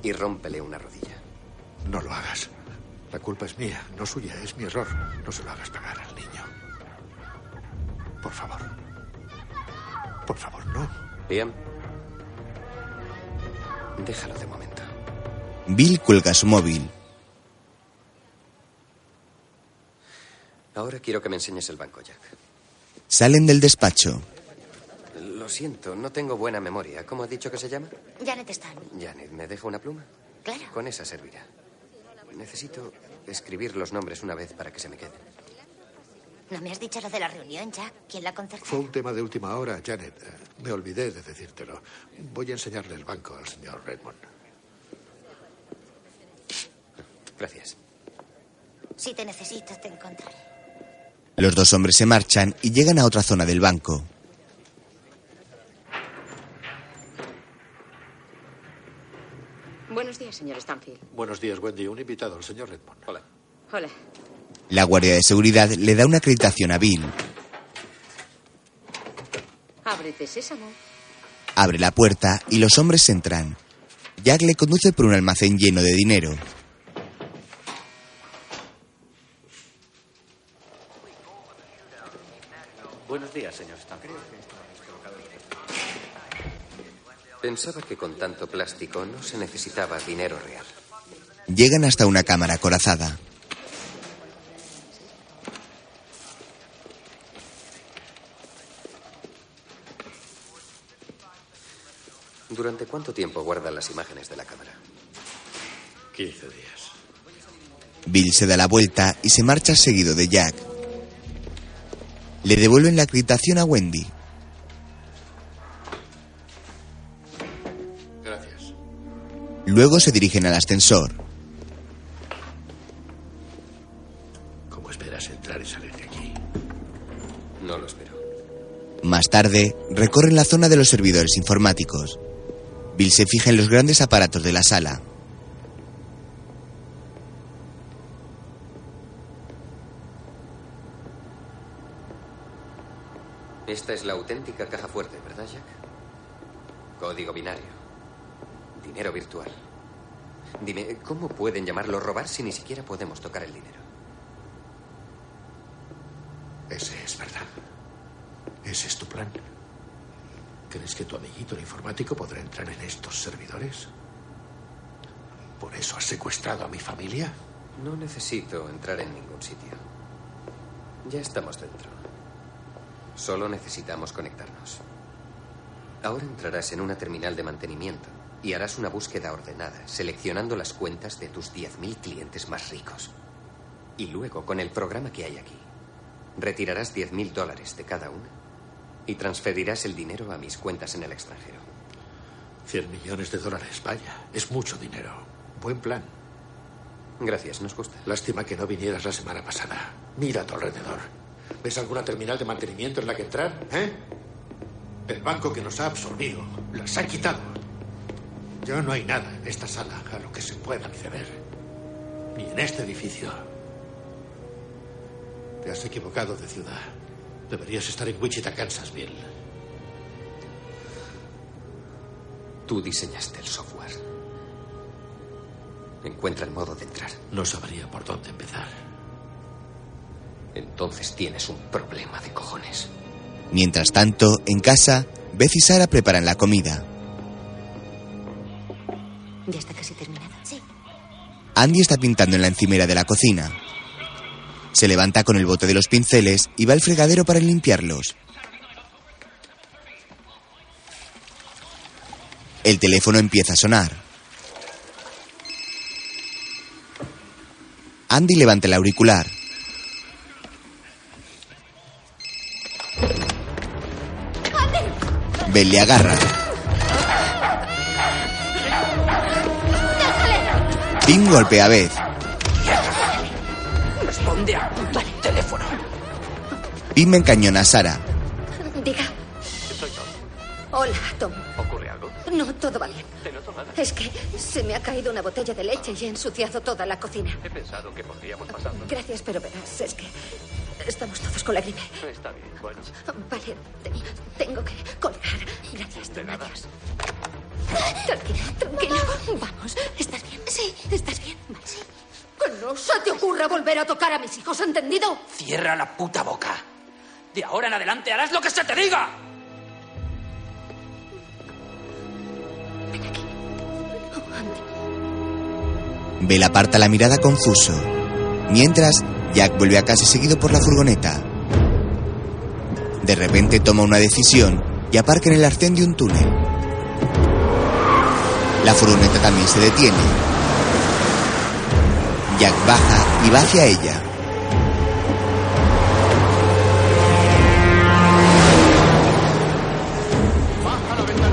y rómpele una rodilla. No lo hagas. La culpa es mía, no suya, es mi error. No se lo hagas pagar al niño. Por favor. Por favor, no. Liam, déjalo de momento. Bill cuelga su móvil. Ahora quiero que me enseñes el banco, Jack. Salen del despacho. Lo siento, no tengo buena memoria. ¿Cómo ha dicho que se llama? Janet Stanley. Janet, ¿me deja una pluma? Claro. Con esa servirá. Necesito escribir los nombres una vez para que se me queden. ¿No me has dicho lo de la reunión, Jack? ¿Quién la concertó? Fue un tema de última hora, Janet. Eh, Me olvidé de decírtelo. Voy a enseñarle el banco al señor Redmond. Gracias. Si te necesito, te encontraré. Los dos hombres se marchan y llegan a otra zona del banco. Buenos días, señor Stanfield. Buenos días, Wendy. Un invitado, el señor Redmond. Hola. Hola. La guardia de seguridad le da una acreditación a Bill. Ábrete, sésamo. Abre la puerta y los hombres entran. Jack le conduce por un almacén lleno de dinero. Buenos días, señor Stanfield. Pensaba que con tanto plástico no se necesitaba dinero real. Llegan hasta una cámara acorazada. ¿Durante cuánto tiempo guardan las imágenes de la cámara? 15 días. Bill se da la vuelta y se marcha seguido de Jack. Le devuelven la acreditación a Wendy. Gracias. Luego se dirigen al ascensor. ¿Cómo esperas Pues entrar y salir de aquí? No lo espero. Más tarde, recorren la zona de los servidores informáticos. Bill se fija en los grandes aparatos de la sala. Esta es la auténtica caja fuerte, ¿verdad, Jack? Código binario. Dinero virtual. Dime, ¿cómo pueden llamarlo robar si ni siquiera podemos tocar el dinero? Ese es verdad. ¿Ese es tu plan? ¿Crees que tu amiguito el informático podrá entrar en estos servidores? ¿Por eso has secuestrado a mi familia? No necesito entrar en ningún sitio. Ya estamos dentro. Solo necesitamos conectarnos. Ahora entrarás en una terminal de mantenimiento y harás una búsqueda ordenada, seleccionando las cuentas de tus 10.000 clientes más ricos. Y luego, con el programa que hay aquí, retirarás 10.000 dólares de cada una y transferirás el dinero a mis cuentas en el extranjero. 100 millones de dólares, vaya, es mucho dinero. Buen plan. Gracias, nos gusta. Lástima que no vinieras la semana pasada. Mira a tu alrededor. ¿Ves alguna terminal de mantenimiento en la que entrar? ¿Eh? El banco que nos ha absorbido las ha quitado. Ya no hay nada en esta sala a lo que se pueda acceder. Ni en este edificio. Te has equivocado de ciudad. Deberías estar en Wichita, Kansasville. Tú diseñaste el software. Encuentra el modo de entrar. No sabría por dónde empezar. Entonces tienes un problema de cojones. Mientras tanto, en casa, Beth y Sara preparan la comida. ¿Ya está casi terminado? Sí. Andy está pintando en la encimera de la cocina. Se levanta con el bote de los pinceles y va al fregadero para limpiarlos. El teléfono empieza a sonar. Andy levanta el auricular. Beth le agarra. Tim golpea a Beth. Responde al puto teléfono. Pim encañona a Sara. Diga. Soy Tom. Hola, Tom. ¿Ocurre algo? No, todo va bien. Te noto mal. Es que se me ha caído una botella de leche y he ensuciado toda la cocina. He pensado que podríamos pasarlo. Gracias, pero verás, es que estamos todos con la gripe. Está bien, bueno. Vale, te- tengo que colgar. Gracias, Tom. Adiós. Tranquilo, tranquilo. Vamos, ¿estás bien? Sí. ¿Estás bien? Vale. Que no se te ocurra volver a tocar a mis hijos, ¿entendido? Cierra la puta boca. De ahora en adelante harás lo que se te diga. Bell aparta la mirada confuso. Mientras, Jack vuelve a casa seguido por la furgoneta. De repente toma una decisión y aparca en el arcén de un túnel. La furgoneta también se detiene. Jack baja y va hacia ella.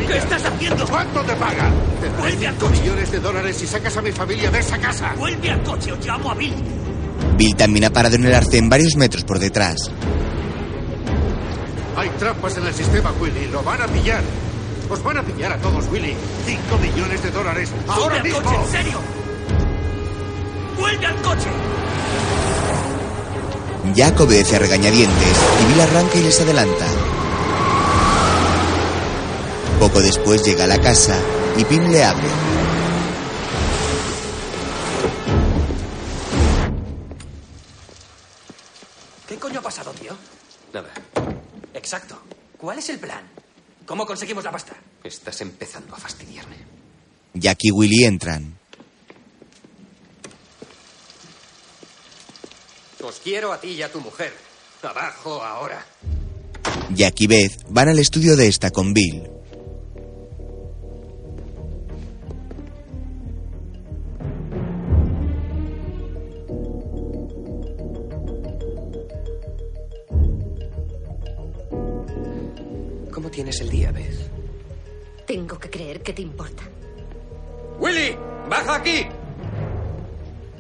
¿Qué estás haciendo? ¿Cuánto te pagan? Vuelve al coche. Millones de dólares y sacas a mi familia de esa casa. Vuelve al coche o llamo a Bill. Bill también ha parado en el arcén varios metros por detrás. Hay trampas en el sistema, Willy. Lo van a pillar. Os van a pillar a todos, Willy. Cinco millones de dólares. ¡Sube Ahora al mismo. coche, en serio! ¡Vuelve al coche! Jack obedece a regañadientes y Bill arranca y les adelanta. Poco después llega a la casa y Pim le abre. ¿Qué coño ha pasado, tío? Nada, Exacto. ¿Cuál es el plan? ¿Cómo conseguimos la pasta? estás empezando a fastidiarme. Jack y Willy entran. Os quiero a ti y a tu mujer. Abajo ahora. Jack y Beth van al estudio de esta con Bill. ¿Cómo tienes el día, Beth? Tengo que creer que te importa. ¡Willy! ¡Baja aquí!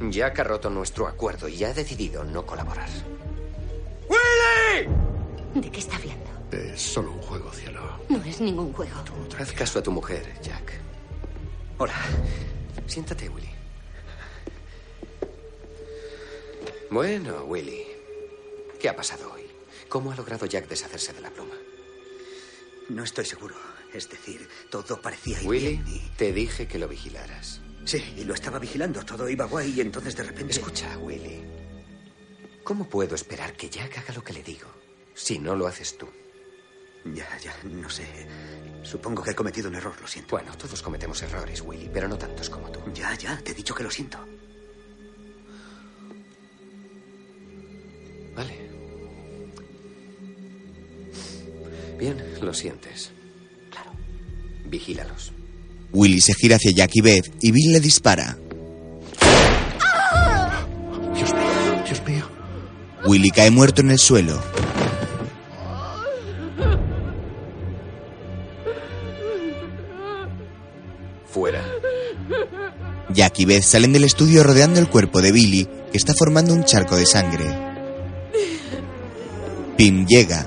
Jack ha roto nuestro acuerdo y ha decidido no colaborar. ¡Willy! ¿De qué está hablando? Es solo un juego, cielo. No es ningún juego. Haz caso a tu mujer, Jack. Hola. Siéntate, Willy. Bueno, Willy. ¿Qué ha pasado hoy? ¿Cómo ha logrado Jack deshacerse de la pluma? No estoy seguro. Es decir, todo parecía ir Willy, bien. te dije que lo vigilaras. Sí, y lo estaba vigilando. Todo iba guay y entonces de repente... Escucha, Willy. ¿Cómo puedo esperar que Jack haga lo que le digo si no lo haces tú? Ya, ya, no sé. Supongo que he cometido un error, lo siento. Bueno, todos cometemos errores, Willy, pero no tantos como tú. Ya, ya, te he dicho que lo siento. Vale. Bien, lo sientes. Claro. Vigílalos. Willy se gira hacia Jack y Beth y Bill le dispara. Willy cae muerto en el suelo. Fuera. Jack y Beth salen del estudio rodeando el cuerpo de Billy, que está formando un charco de sangre. Pim llega.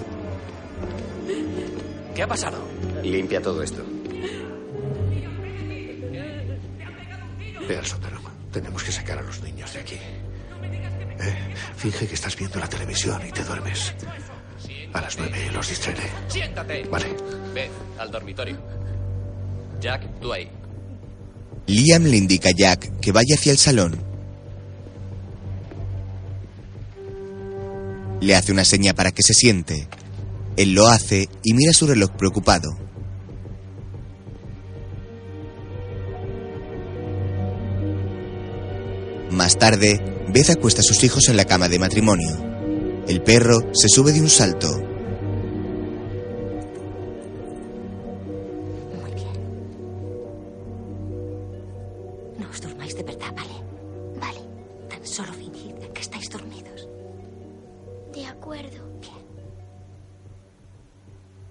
¿Qué ha pasado? Limpia todo esto. Ve al sótano. Tenemos que sacar a los niños de aquí. Eh, finge que estás viendo la televisión y te duermes. A las nueve los distraeré. ¡Siéntate! Vale. Ve al dormitorio. Jack, tú ahí. Liam le indica a Jack que vaya hacia el salón. Le hace una seña para que se siente. Él lo hace y mira su reloj preocupado. Más tarde, Beth acuesta a sus hijos en la cama de matrimonio. El perro se sube de un salto. No os durmáis de verdad, ¿vale? Vale. Tan solo fingid que estáis dormidos. De acuerdo.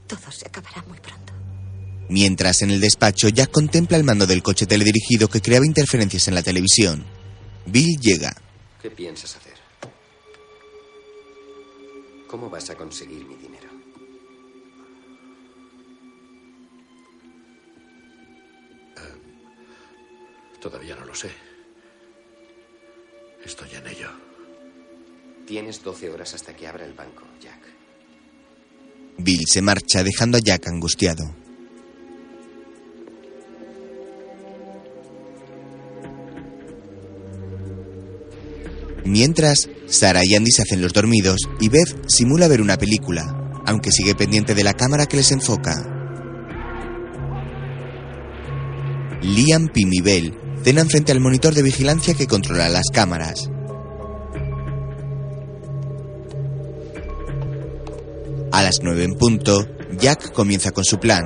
Todo se acabará muy pronto. Mientras, en el despacho, Jack contempla el mando del coche teledirigido que creaba interferencias en la televisión. Bill llega. ¿Qué piensas hacer? ¿Cómo vas a conseguir mi dinero? Eh, Todavía no lo sé. Estoy en ello. Tienes 12 horas hasta que abra el banco, Jack. Bill se marcha dejando a Jack angustiado. Mientras, Sara y Andy se hacen los dormidos y Beth simula ver una película, aunque sigue pendiente de la cámara que les enfoca. Liam, Pim y Bell cenan frente al monitor de vigilancia que controla las cámaras. A las 9 en punto, Jack comienza con su plan.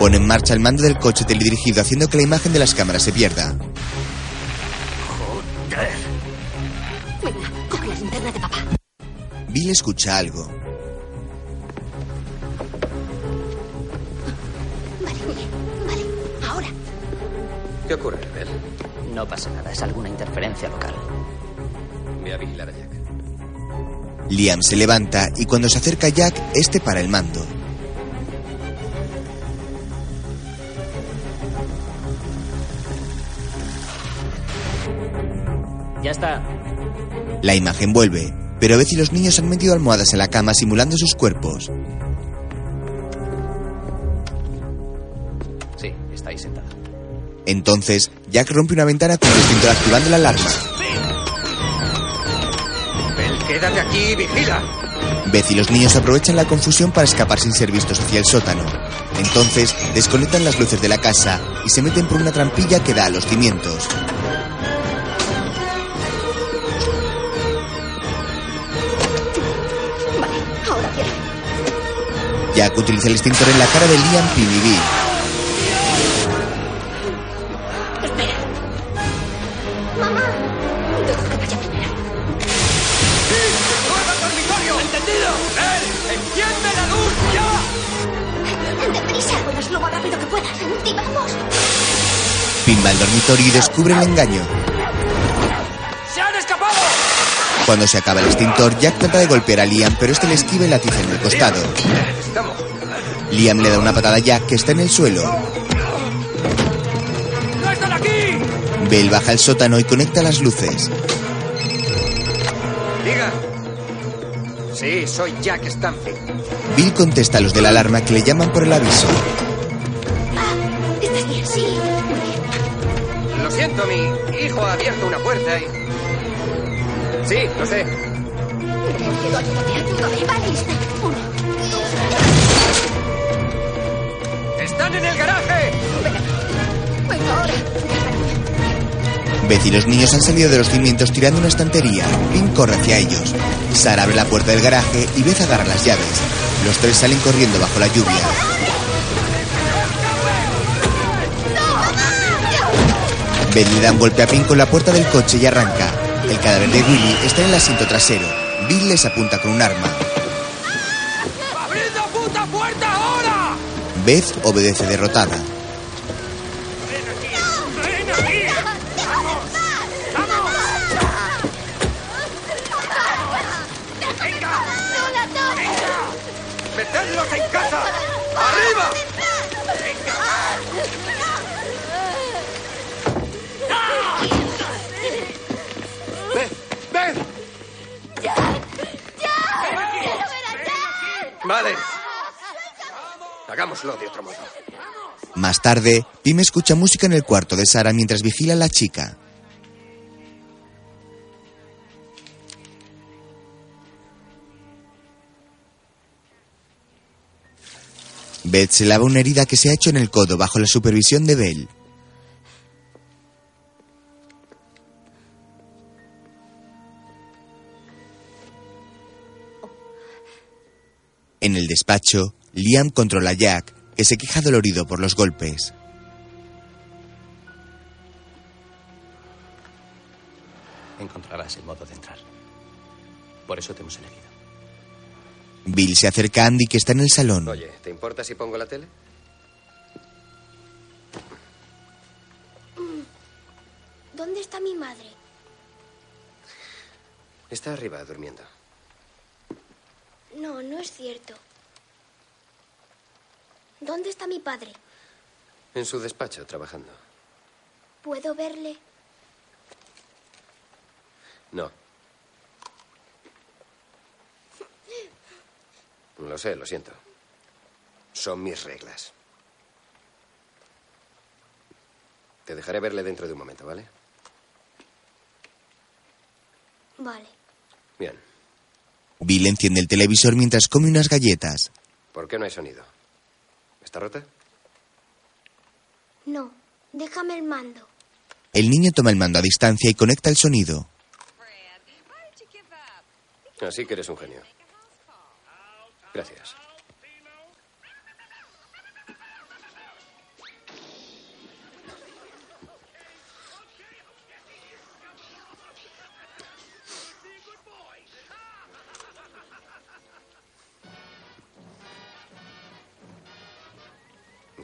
Pone en marcha el mando del coche teledirigido haciendo que la imagen de las cámaras se pierda. Venga, coge la linterna de papá. Bill escucha algo. Ahora. ¿Qué ocurre, Bell? No pasa nada, es alguna interferencia local. Ve a vigilar a Jack. Liam se levanta y cuando se acerca a Jack, este para el mando. Ya está. La imagen vuelve, pero Beth y los niños han metido almohadas en la cama simulando sus cuerpos. Sí, está ahí sentado. Entonces, Jack rompe una ventana con el extintor activando la alarma. Bell, quédate aquí y vigila. Beth y los niños aprovechan la confusión para escapar sin ser vistos hacia el sótano. Entonces, desconectan las luces de la casa y se meten por una trampilla que da a los cimientos. Ahora bien. Jack utiliza el extintor en la cara de Liam Pim y Bill. ¡Entendido! ¡Él! ¡Enciende la luz ya! ¡Deprisa! Puedes lo más rápido que puedas. ¡Y vamos! Pim va al dormitorio y descubre el engaño. ¡Se han escapado! Cuando se acaba el extintor, Jack trata de golpear a Liam, pero este le esquiva y la tiza en el costado. Liam le da una patada a Jack que está en el suelo. ¡No están aquí! Bell baja al sótano y conecta las luces. Diga. Sí, soy Jack Stanfield. Bill contesta a los de la alarma que le llaman por el aviso. ¿Estás bien? Sí. Lo siento, mi hijo ha abierto una puerta y... Sí, lo sé. Te ayudo, te ayudo. Vale, está. ¡Están en el garaje! Venga, ahora. Beth y los niños han salido de los cimientos tirando una estantería. Pim corre hacia ellos. Sara abre la puerta del garaje y Beth agarra las llaves. Los tres salen corriendo bajo la lluvia. Ben le da un golpe a Pin con la puerta del coche y arranca. El cadáver de Willy está en el asiento trasero. Bill les apunta con un arma. ¡Abrid la puta puerta ahora! Beth obedece derrotada. ¡Ven aquí! ¡No la toques! ¡Metedlos en casa! ¡Arriba! ¡Ven! Vale. Hagámoslo de otro modo. Más tarde, Pim escucha música en el cuarto de Sara mientras vigila a la chica. Beth se lava una herida que se ha hecho en el codo bajo la supervisión de Bell. En el despacho, Liam controla a Jack, que se queja dolorido por los golpes. Encontrarás el modo de entrar. Por eso te hemos elegido. Bill se acerca a Andy, que está en el salón. Oye, ¿te importa si pongo la tele? Mm. ¿Dónde está mi madre? Está arriba durmiendo. No, no es cierto. ¿Dónde está mi padre? En su despacho, trabajando. ¿Puedo verle? No. Lo sé, lo siento. Son mis reglas. Te dejaré verle dentro de un momento, ¿vale? Vale. Bien. Bill enciende el televisor mientras come unas galletas. ¿Por qué no hay sonido? ¿Está rota? No, déjame el mando. El niño toma el mando a distancia y conecta el sonido. Así que eres un genio. Gracias.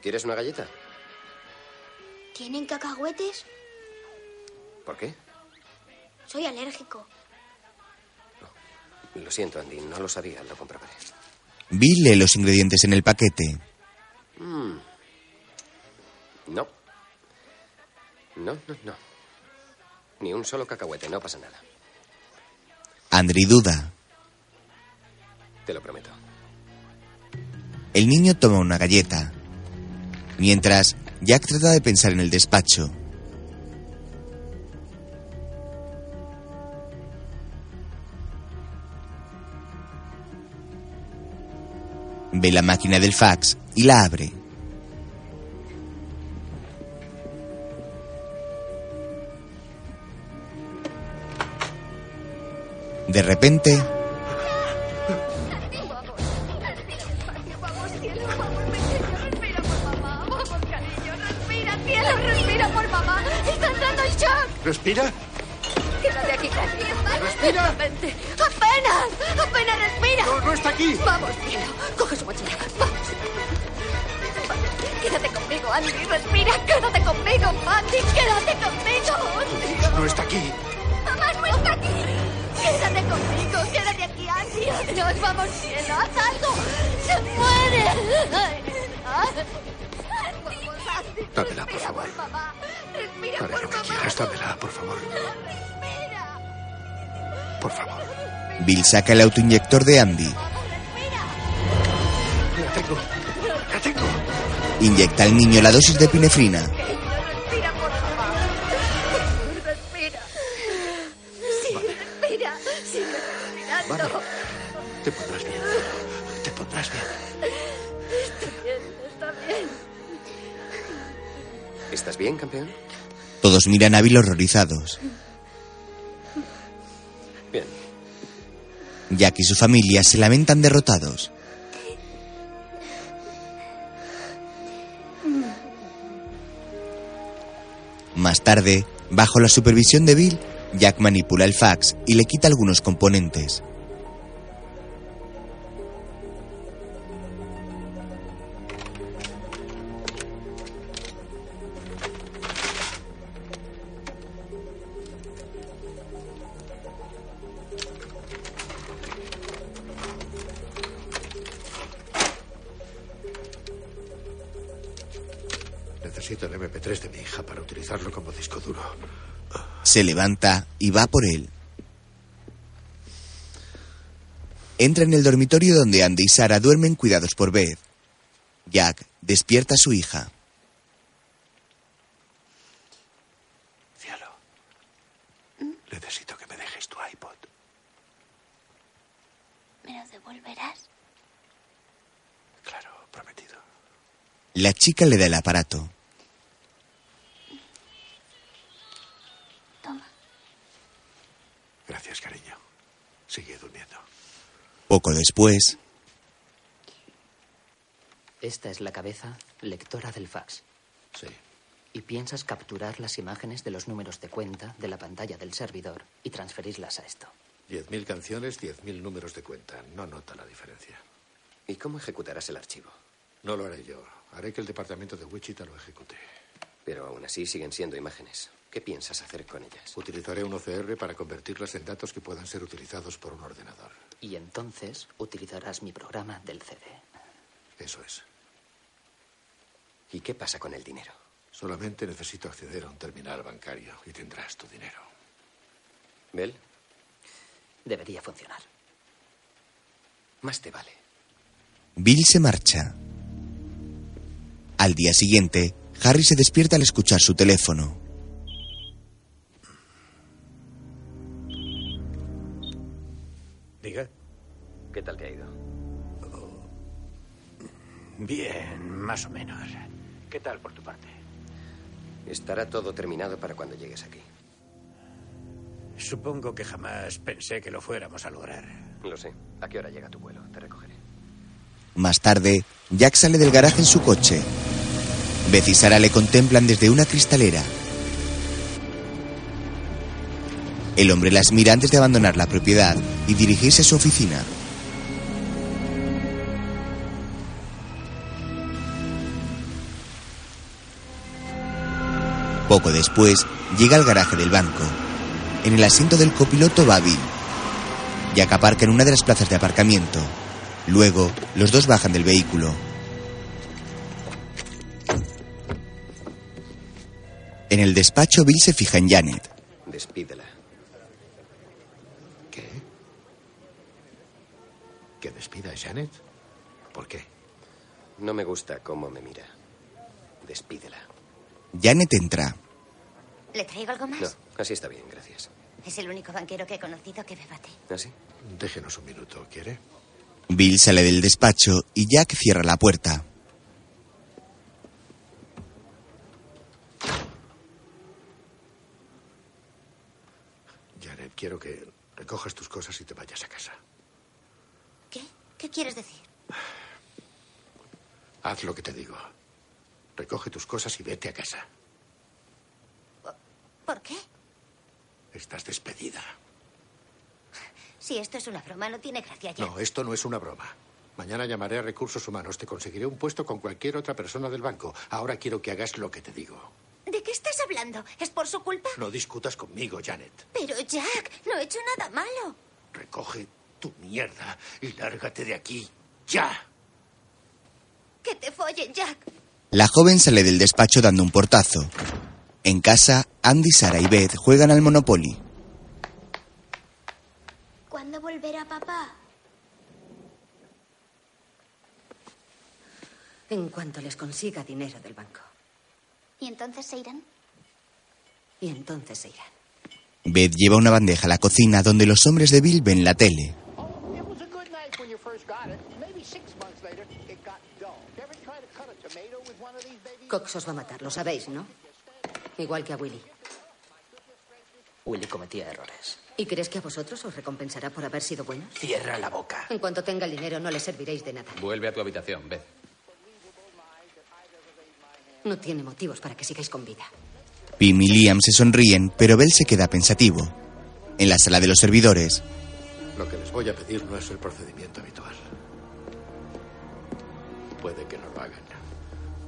¿Quieres una galleta? ¿Tienen cacahuetes? ¿Por qué? Soy alérgico. Lo siento, Andy, no lo sabía, lo comprobaré. Bill lee los ingredientes en el paquete. Mm. No. No, no, no. Ni un solo cacahuete, no pasa nada. Andri duda. Te lo prometo. El niño toma una galleta. Mientras, Jack trata de pensar en el despacho. Ve la máquina del fax y la abre. De repente, Vamos, cielo, vamos, pequeño, respira por mamá. Vamos, cariño, respira, cielo, respira por mamá. Estás dando shock. ¿Respira? Quédate aquí conmigo. Respira. Apenas, apenas respira. No, no está aquí. Vamos, cielo, coge su mochila. Vamos. Quédate conmigo, Andy, respira. Quédate conmigo, Andy, quédate conmigo. No está aquí. Mamá no está aquí. Quédate conmigo, quédate aquí, Andy. Adiós, vamos, cielo, haz algo. Se muere. Ay, ah. Vamos, Andy, Dámela, por respira favor. por mamá. Respira Haré por lo que mamá. quieras, dámela, por favor. Por favor. Bill saca el autoinyector de Andy, La tengo. La tengo. inyecta al niño la dosis de pinefrina. Respira, por favor. Respira. Sí, respira. Sigue respirando. Te pondrás bien. Te pondrás bien. Está bien, está bien. ¿Estás bien, campeón? Todos miran a Bill horrorizados. Bien. Jack y su familia se lamentan derrotados. Más tarde, bajo la supervisión de Bill, Jack manipula el fax y le quita algunos componentes. Necesito el MP3 de mi hija para utilizarlo como disco duro. Se levanta y va por él. Entra en el dormitorio donde Andy y Sara duermen cuidados por Beth. Jack despierta a su hija. Cielo. Necesito que me dejes tu iPod. ¿Me lo devolverás? Claro, prometido. La chica le da el aparato. Gracias, cariño. Sigue durmiendo. Poco después, Esta es la cabeza lectora del fax. Sí. Y piensas capturar las imágenes de los números de cuenta de la pantalla del servidor y transferirlas a esto. Diez mil canciones, diez mil números de cuenta. No nota la diferencia. ¿Y cómo ejecutarás el archivo? No lo haré yo. Haré que el departamento de Wichita lo ejecute. Pero aún así siguen siendo imágenes. ¿Qué piensas hacer con ellas? Utilizaré un OCR para convertirlas en datos que puedan ser utilizados por un ordenador. Y entonces utilizarás mi programa del CD. Eso es. ¿Y qué pasa con el dinero? Solamente necesito acceder a un terminal bancario y tendrás tu dinero. ¿Bel? Debería funcionar. Más te vale. Bill se marcha. Al día siguiente, Harry se despierta al escuchar su teléfono. Diga. ¿Qué tal te ha ido? Oh, Bien, más o menos. ¿Qué tal por tu parte? Estará todo terminado para cuando llegues aquí. Supongo que jamás pensé que lo fuéramos a lograr. Lo sé. ¿A qué hora llega tu vuelo? Te recogeré. Más tarde, Jack sale del garaje en su coche. Beth y Sara le contemplan desde una cristalera. El hombre las mira antes de abandonar la propiedad y dirigirse a su oficina. Poco después, llega al garaje del banco. En el asiento del copiloto va Bill. Jack aparca en una de las plazas de aparcamiento. Luego, los dos bajan del vehículo. En el despacho, Bill se fija en Janet. Despídela. ¿Qué? ¿Que despida a Janet? ¿Por qué? No me gusta cómo me mira. Despídela. Janet entra. ¿Le traigo algo más? No, así está bien, gracias. Es el único banquero que he conocido que beba té. ¿Así? Déjenos un minuto, ¿quiere? Bill sale del despacho y Jack cierra la puerta. Janet, quiero que recojas tus cosas y te vayas a casa. ¿Qué? ¿Qué quieres decir? Haz lo que te digo. Recoge tus cosas y vete a casa. ¿Por qué? Estás despedida. Si esto es una broma, no tiene gracia ya. No, esto no es una broma. Mañana llamaré a recursos humanos. Te conseguiré un puesto con cualquier otra persona del banco. Ahora quiero que hagas lo que te digo. ¿De qué estás hablando? ¿Es por su culpa? No discutas conmigo, Janet. Pero Jack, no he hecho nada malo. Recoge tu mierda y lárgate de aquí. ¡Ya! Que te follen, Jack. La joven sale del despacho dando un portazo. En casa, Andy, Sara y Beth juegan al Monopoly. ¿Cuándo volverá papá? En cuanto les consiga dinero del banco. ¿Y entonces se irán? Y entonces se irán. Beth lleva una bandeja a la cocina donde los hombres de Bill ven la tele. eh, Cox os va a matar, lo sabéis, ¿no? Igual que a Willy. Willy cometía errores. ¿Y crees que a vosotros os recompensará por haber sido buenos? Cierra la boca. En cuanto tenga el dinero no le serviréis de nada. Vuelve a tu habitación, Beth. No tiene motivos para que sigáis con vida. Pim y Liam se sonríen, pero Bell se queda pensativo. En la sala de los servidores, Lo que les voy a pedir no es el procedimiento habitual. Puede que no lo hagan.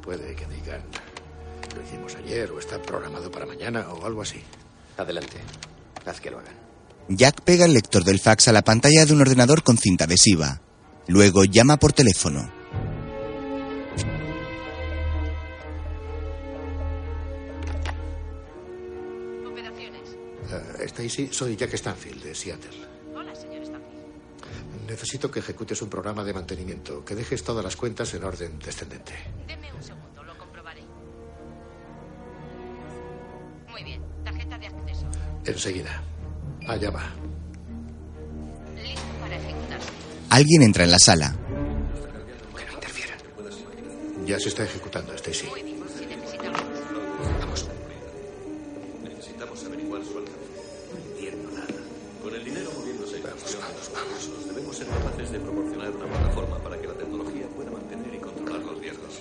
Puede que digan, lo hicimos ayer o está programado para mañana o algo así. Adelante. Haz que lo hagan. Jack pega el lector del fax a la pantalla de un ordenador con cinta adhesiva. Luego llama por teléfono. Eh, Stacy, soy Jack Stanfield de Seattle. Hola, señor Stanfield. Necesito que ejecutes un programa de mantenimiento, que dejes todas las cuentas en orden descendente. Deme un segundo, lo comprobaré. Muy bien, tarjeta de acceso. Enseguida. Allá va. Listo para ejecutarse. Alguien entra en la sala. Ya se está ejecutando, Stacy. Muy bien, si necesita más. Vamos. Necesitamos averiguar su alcance. No entiendo nada. Con el dinero moviéndose vamos, vamos, vamos. debemos ser capaces de proporcionar una plataforma para que la tecnología pueda mantener y controlar los riesgos.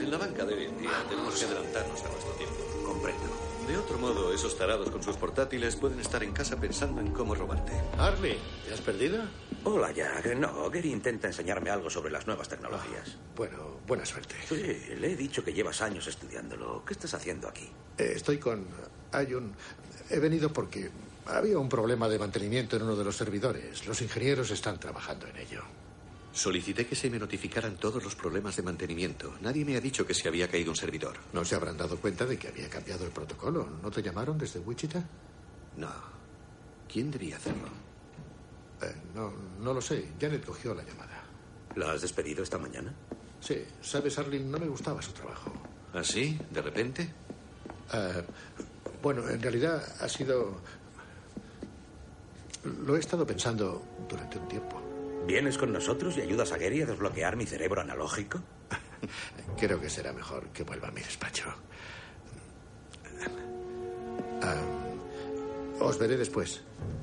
En la banca de hoy en día tenemos que adelantarnos a nuestro tiempo. Comprendo. De otro modo, esos tarados con sus portátiles pueden estar en casa pensando en cómo robarte. Harley, ¿te has perdido? Hola, Jack. No, Gary intenta enseñarme algo sobre las nuevas tecnologías. Ah, bueno, buena suerte. Sí, le he dicho que llevas años estudiándolo. ¿Qué estás haciendo aquí? Eh, estoy con. Hay un. He venido porque había un problema de mantenimiento en uno de los servidores. Los ingenieros están trabajando en ello. Solicité que se me notificaran todos los problemas de mantenimiento. Nadie me ha dicho que se había caído un servidor. ¿No se habrán dado cuenta de que había cambiado el protocolo? ¿No te llamaron desde Wichita? No. ¿Quién debía hacerlo? Eh, no, no lo sé. Janet cogió la llamada. ¿La has despedido esta mañana? Sí, sabes, Arlene, no me gustaba su trabajo. ¿Así? ¿De repente? Ah, bueno, en realidad ha sido... Lo he estado pensando durante un tiempo. ¿Vienes con nosotros y ayudas a Gary a desbloquear mi cerebro analógico? (laughs) Creo que será mejor que vuelva a mi despacho. Ah, os veré después.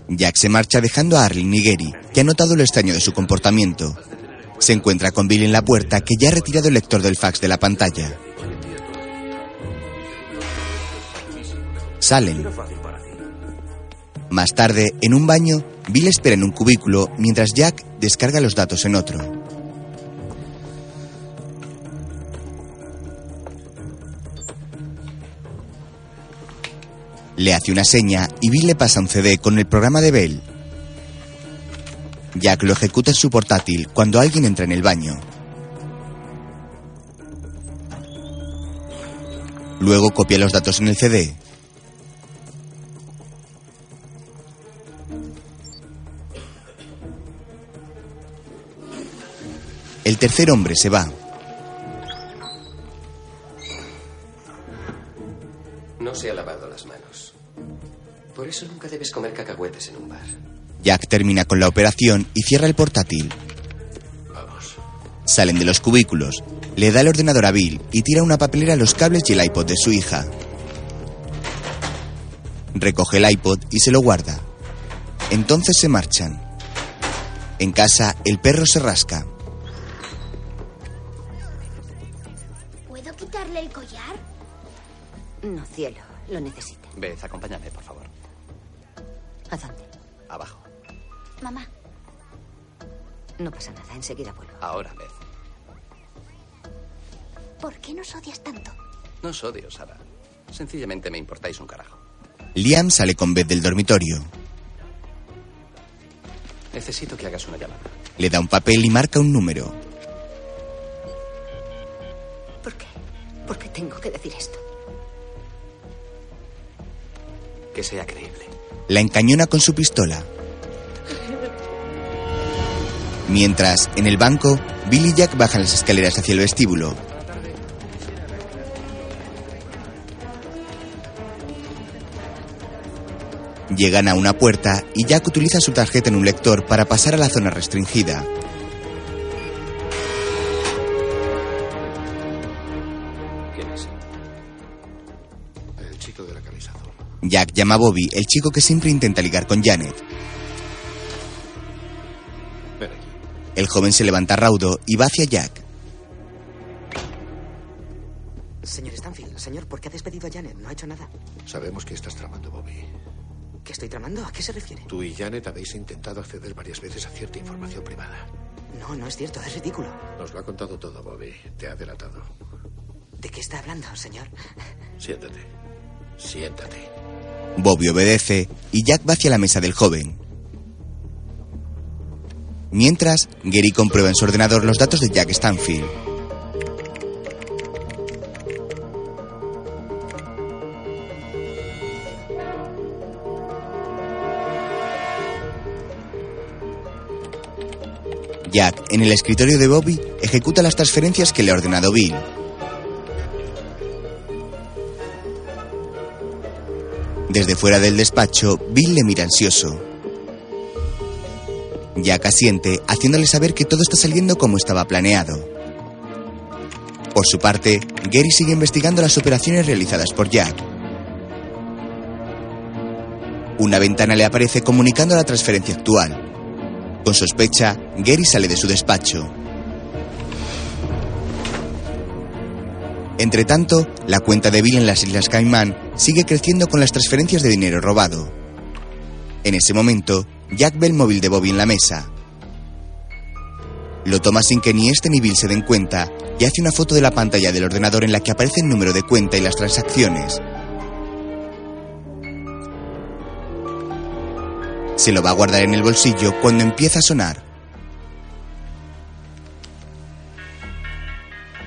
Jack se marcha dejando a Arlene y Gary, que ha notado lo extraño de su comportamiento. Se encuentra con Bill en la puerta, que ya ha retirado el lector del fax de la pantalla. Salen. Más tarde, en un baño, Bill espera en un cubículo mientras Jack descarga los datos en otro. Le hace una seña y Bill le pasa un CD con el programa de Bell. Jack lo ejecuta en su portátil cuando alguien entra en el baño. Luego copia los datos en el CD. El tercer hombre se va. No se ha lavado las manos. Por eso nunca debes comer cacahuetes en un bar. Jack termina con la operación y cierra el portátil. Salen de los cubículos, le da el ordenador a Bill y tira una papelera los cables y el iPod de su hija. Recoge el iPod y se lo guarda. Entonces se marchan. En casa, el perro se rasca. ¿Puedo quitarle el collar? No, cielo, lo necesita. Beth, acompáñame, por favor. ¿A dónde? Abajo. Mamá, No pasa nada, enseguida vuelvo. Ahora, Beth. ¿por qué nos odias tanto? No os odio, Sara. Sencillamente me importáis un carajo. Liam sale con Beth del dormitorio, Necesito que hagas una llamada. le da un papel y marca un número. ¿Por qué tengo que decir esto? Que sea creíble. La encañona con su pistola. Mientras, en el banco, Bill y Jack bajan las escaleras hacia el vestíbulo. Llegan a una puerta y Jack utiliza su tarjeta en un lector para pasar a la zona restringida. ¿Quién es? El chico de la camisa azul. Jack llama a Bobby, el chico que siempre intenta ligar con Janet. Ven aquí. El joven se levanta raudo y va hacia Jack. Señor Stanfield, señor señor, ¿por qué ha despedido a Janet? No ha hecho nada. Sabemos que estás tramando, Bobby. ¿Qué estoy tramando? ¿A qué se refiere? Tú y Janet habéis intentado acceder varias veces a cierta información privada. No, no es cierto, es ridículo. Nos lo ha contado todo, Bobby. Te ha delatado. ¿De qué está hablando, señor? Siéntate. Siéntate. Bobby obedece y Jack va hacia la mesa del joven. Mientras, Gary comprueba en su ordenador los datos de Jack Stanfield. Jack, en el escritorio de Bobby, ejecuta las transferencias que le ha ordenado Bill. Desde fuera del despacho, Bill le mira ansioso. Jack asiente, haciéndole saber que todo está saliendo como estaba planeado. Por su parte, Gary sigue investigando las operaciones realizadas por Jack. Una ventana le aparece comunicando la transferencia actual. Con sospecha, Gary sale de su despacho. Entre tanto, la cuenta de Bill en las Islas Caimán sigue creciendo con las transferencias de dinero robado. En ese momento, Jack ve el móvil de Bobby en la mesa. Lo toma sin que ni este ni Bill se den cuenta y hace una foto de la pantalla del ordenador en la que aparece el número de cuenta y las transacciones. Se lo va a guardar en el bolsillo cuando empieza a sonar.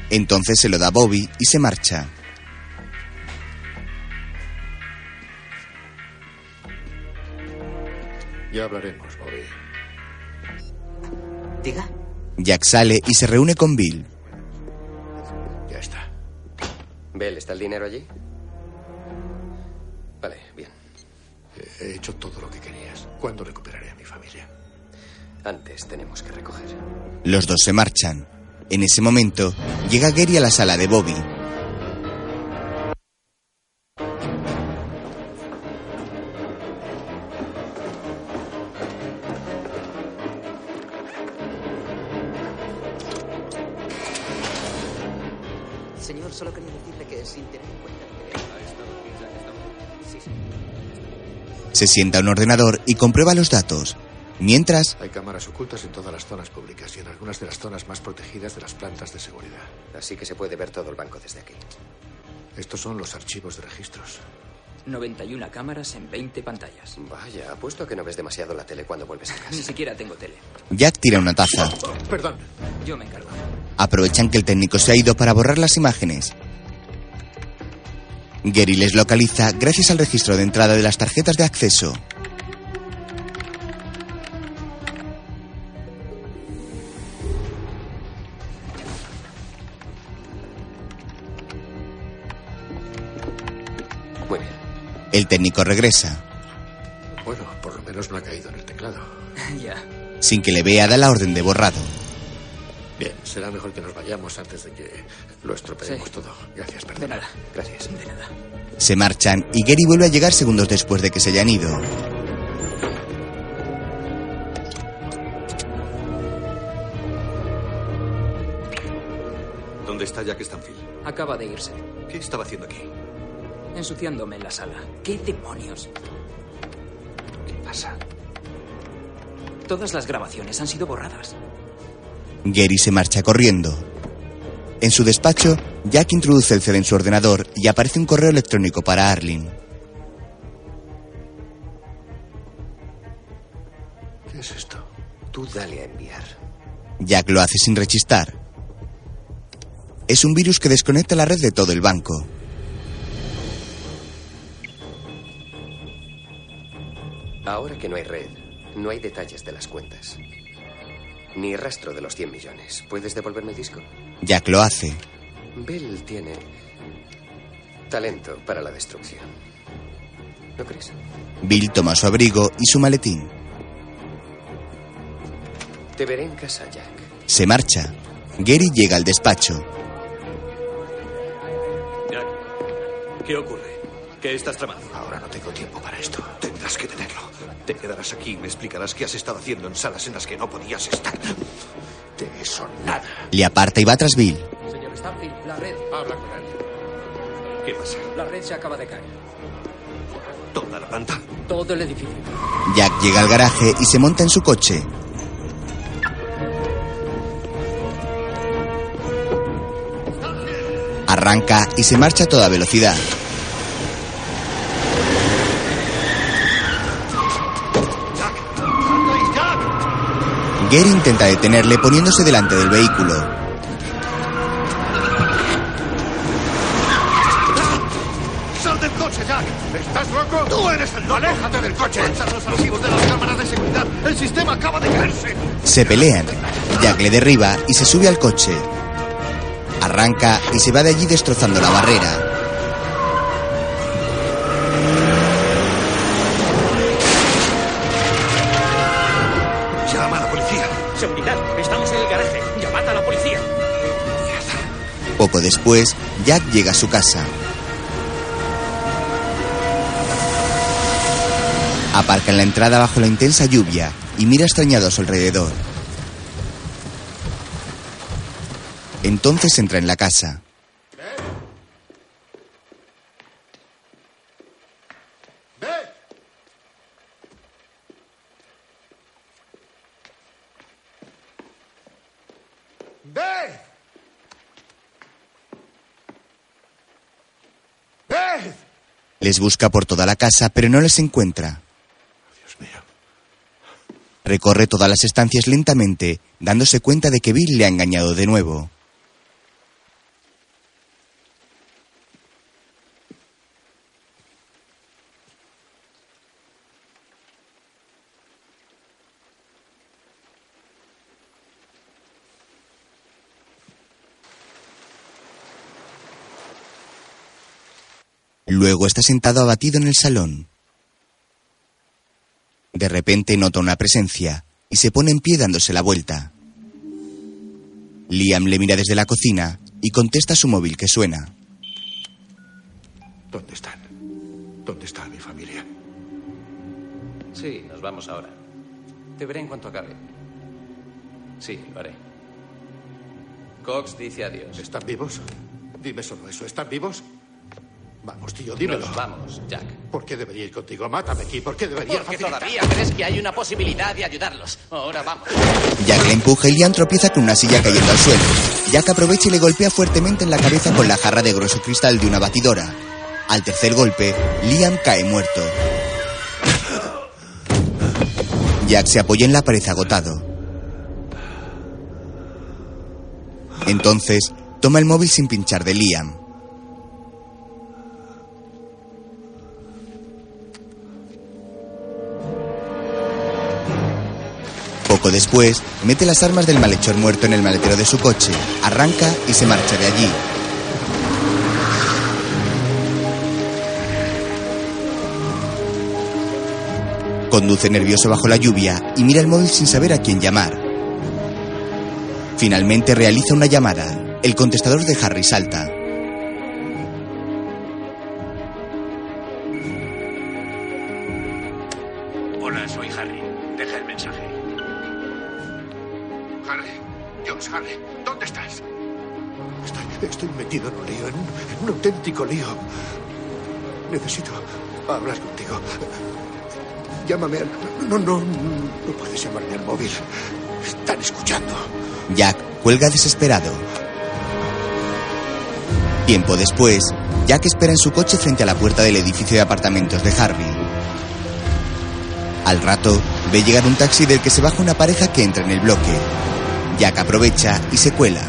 Entonces se lo da a Bobby y se marcha. Ya hablaremos, Bobby. Diga. Jack sale y se reúne con Bill. Ya está. Bell, ¿está el dinero allí? Vale, bien. He hecho todo lo que querías. ¿Cuándo recuperaré a mi familia? Antes tenemos que recoger. Los dos se marchan. En ese momento, llega Gary a la sala de Bobby. Señor, solo quería decirle que sin tener en cuenta lo que ha estado Sí, sí. Se sienta a un ordenador y comprueba los datos. Mientras, Hay cámaras ocultas en todas las zonas públicas y en algunas de las zonas más protegidas de las plantas de seguridad. Así que se puede ver todo el banco desde aquí. Estos son los archivos de registros. 91 cámaras en 20 pantallas. Vaya, apuesto que no ves demasiado la tele cuando vuelves a casa. Ni siquiera tengo tele. Jack tira una taza. Perdón. Yo me encargo. Aprovechan que el técnico se ha ido para borrar las imágenes. Gary les localiza gracias al registro de entrada de las tarjetas de acceso. Muy bien. El técnico regresa. Bueno, por lo menos no ha caído en el teclado. (laughs) ya. Sin que le vea, da la orden de borrado. Bien, será mejor que nos vayamos antes de que lo estropeemos Sí. todo. Gracias, perdón. De nada. Gracias. De nada. Se marchan y Gary vuelve a llegar segundos después de que se hayan ido. ¿Dónde está Jack Stanfield? Acaba de irse. ¿Qué estaba haciendo aquí? Ensuciándome en la sala. ¿Qué demonios? ¿Qué pasa? Todas las grabaciones han sido borradas. Gary se marcha corriendo. En su despacho, Jack introduce el CD en su ordenador y aparece un correo electrónico para Arlene. ¿Qué es esto? Tú dale a enviar. Jack lo hace sin rechistar. Es un virus que desconecta la red de todo el banco. Ahora que no hay red, no hay detalles de las cuentas. Ni rastro de los 100 millones. ¿Puedes devolverme el disco? Jack lo hace. Bell tiene talento para la destrucción. ¿No crees? Bill toma su abrigo y su maletín. Te veré en casa, Jack. Se marcha. Gary llega al despacho. Jack, ¿qué ocurre? ¿Qué estás tramando? Ahora no tengo tiempo para esto. Tendrás que tenerlo. Te quedarás aquí y me explicarás qué has estado haciendo en salas en las que no podías estar. De eso nada. Le aparta y va tras Bill. Señor Stanfield, la red. Habla con él. ¿Qué pasa? La red se acaba de caer. Toda la planta. Todo el edificio. Jack llega al garaje y se monta en su coche. Arranca y se marcha a toda velocidad. Gary intenta detenerle poniéndose delante del vehículo. ¡Sal del coche, Jack! ¿Estás loco? ¡Tú eres el loco! ¡Aléjate del coche! ¡Echar los archivos de las cámaras de seguridad! ¡El sistema acaba de caerse! Se pelean. Jack le derriba y se sube al coche. Arranca y se va de allí destrozando la barrera. Llama a la policía. Seguridad, estamos en el garaje. Llamad a la policía. Poco después, Jack llega a su casa. Aparca en la entrada bajo la intensa lluvia y mira extrañado a su alrededor. Entonces entra en la casa. ¡Beth! ¡Beth! Les busca por toda la casa, pero no les encuentra. Recorre todas las estancias lentamente, dándose cuenta de que Bill le ha engañado de nuevo. Luego está sentado abatido en el salón. De repente nota una presencia y se pone en pie dándose la vuelta. Liam le mira desde la cocina y contesta su móvil que suena. ¿Dónde están? ¿Dónde está mi familia? Sí, nos vamos ahora. Te veré en cuanto acabe. Sí, lo haré. Cox dice adiós. ¿Están vivos? Dime solo eso. ¿Están vivos? Vamos, tío, dímelo. Nos vamos, Jack. ¿Por qué debería ir contigo? Mátame aquí. ¿Por qué debería Porque facilitar- todavía crees que hay una posibilidad de ayudarlos. Ahora vamos. Jack le empuja y Liam tropieza con una silla cayendo al suelo. Jack aprovecha y le golpea fuertemente en la cabeza con la jarra de grueso cristal de una batidora. Al tercer golpe, Liam cae muerto. Jack se apoya en la pared agotado. Entonces, toma el móvil sin pinchar de Liam. Poco después, mete las armas del malhechor muerto en el maletero de su coche, arranca y se marcha de allí. Conduce nervioso bajo la lluvia y mira el móvil sin saber a quién llamar. Finalmente realiza una llamada. El contestador de Harry salta. Hola, soy Harry. Deja el mensaje. Harry, Dios, Harry, ¿dónde estás? Estoy, estoy metido en un lío, en un, en un auténtico lío. Necesito hablar contigo. Llámame al... No, no, no puedes llamarme al móvil. Están escuchando. Jack cuelga desesperado. Tiempo después, Jack espera en su coche frente a la puerta del edificio de apartamentos de Harvey. Al rato, ve llegar un taxi del que se baja una pareja que entra en el bloque. Jack aprovecha y se cuela.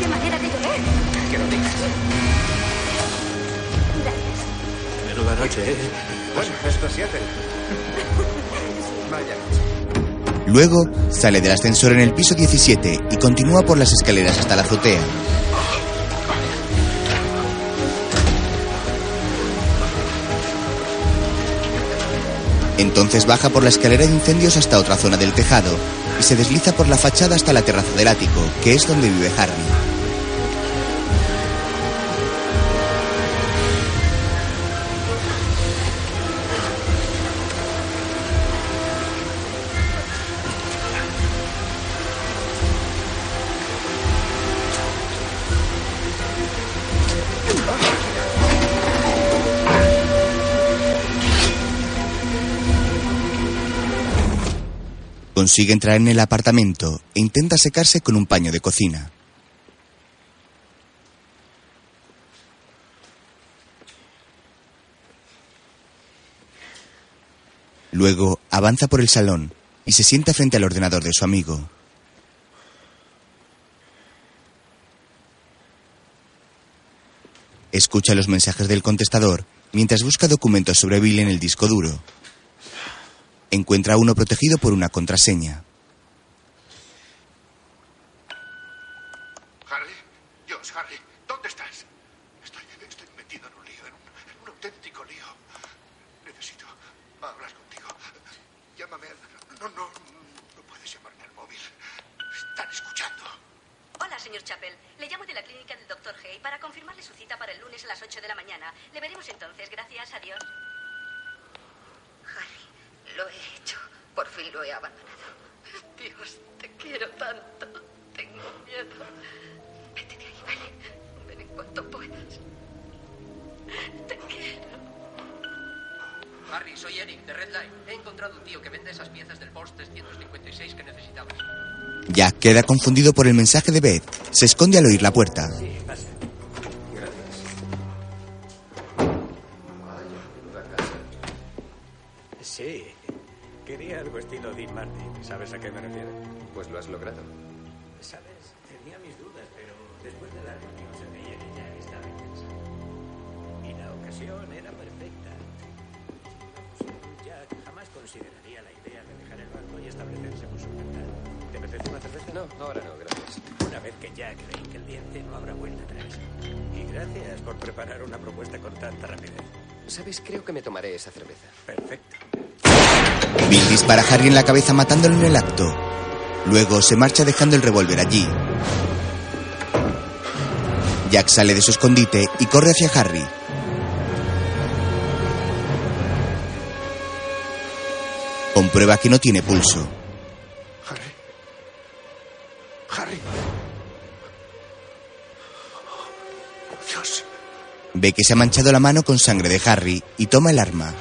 ¡Qué manera de llover! Que lo digas. Menuda noche, ¿eh? Bueno, esto es siete. Vaya. Luego, sale del ascensor en el piso 17 y continúa por las escaleras hasta la azotea. Entonces baja por la escalera de incendios hasta otra zona del tejado y se desliza por la fachada hasta la terraza del ático, que es donde vive Harry. Consigue entrar en el apartamento e intenta secarse con un paño de cocina. Luego avanza por el salón y se sienta frente al ordenador de su amigo. Escucha los mensajes del contestador mientras busca documentos sobre Bill en el disco duro. Encuentra uno protegido por una contraseña. Harry, Dios, Harry, ¿dónde estás? Estoy, estoy metido en un lío, en un, en un auténtico lío. Necesito hablar contigo. Llámame. al- No, no, no puedes llamarme al móvil. Están escuchando. Hola, señor Chappell. Le llamo de la clínica del doctor Hay para confirmarle su cita para el lunes a las 8 de la mañana. Le veremos entonces. Gracias. Adiós. Lo he hecho. Por fin lo he abandonado. Dios, te quiero tanto. Tengo miedo. Vete de ahí, ¿vale? Ven en cuanto puedas. Te quiero. Harry, soy Eric, de Red Line. He encontrado un tío que vende esas piezas del Porsche 356 que necesitabas. Jack queda confundido por el mensaje de Beth. Se esconde al oír la puerta. Sí. Quería algo estilo Dean Martin. ¿Sabes a qué me refiero? Pues lo has logrado. ¿Sabes? Tenía mis dudas, pero después de la reunión se veía que ya estaba en casa. Y la ocasión era perfecta. Vamos, Jack jamás consideraría la idea de dejar el barco y establecerse por su cuenta. ¿Te apetece una cerveza? No, ahora no, gracias. Una vez que Jack que el diente, no habrá vuelta atrás. Y gracias por preparar una propuesta con tanta rapidez. Sabes, creo que me tomaré esa cerveza. Perfecto. Bill dispara a Harry en la cabeza matándolo en el acto. Luego se marcha dejando el revólver allí. Jack sale de su escondite y corre hacia Harry. Comprueba que no tiene pulso. Harry. Dios, Ve que se ha manchado la mano con sangre de Harry y toma el arma.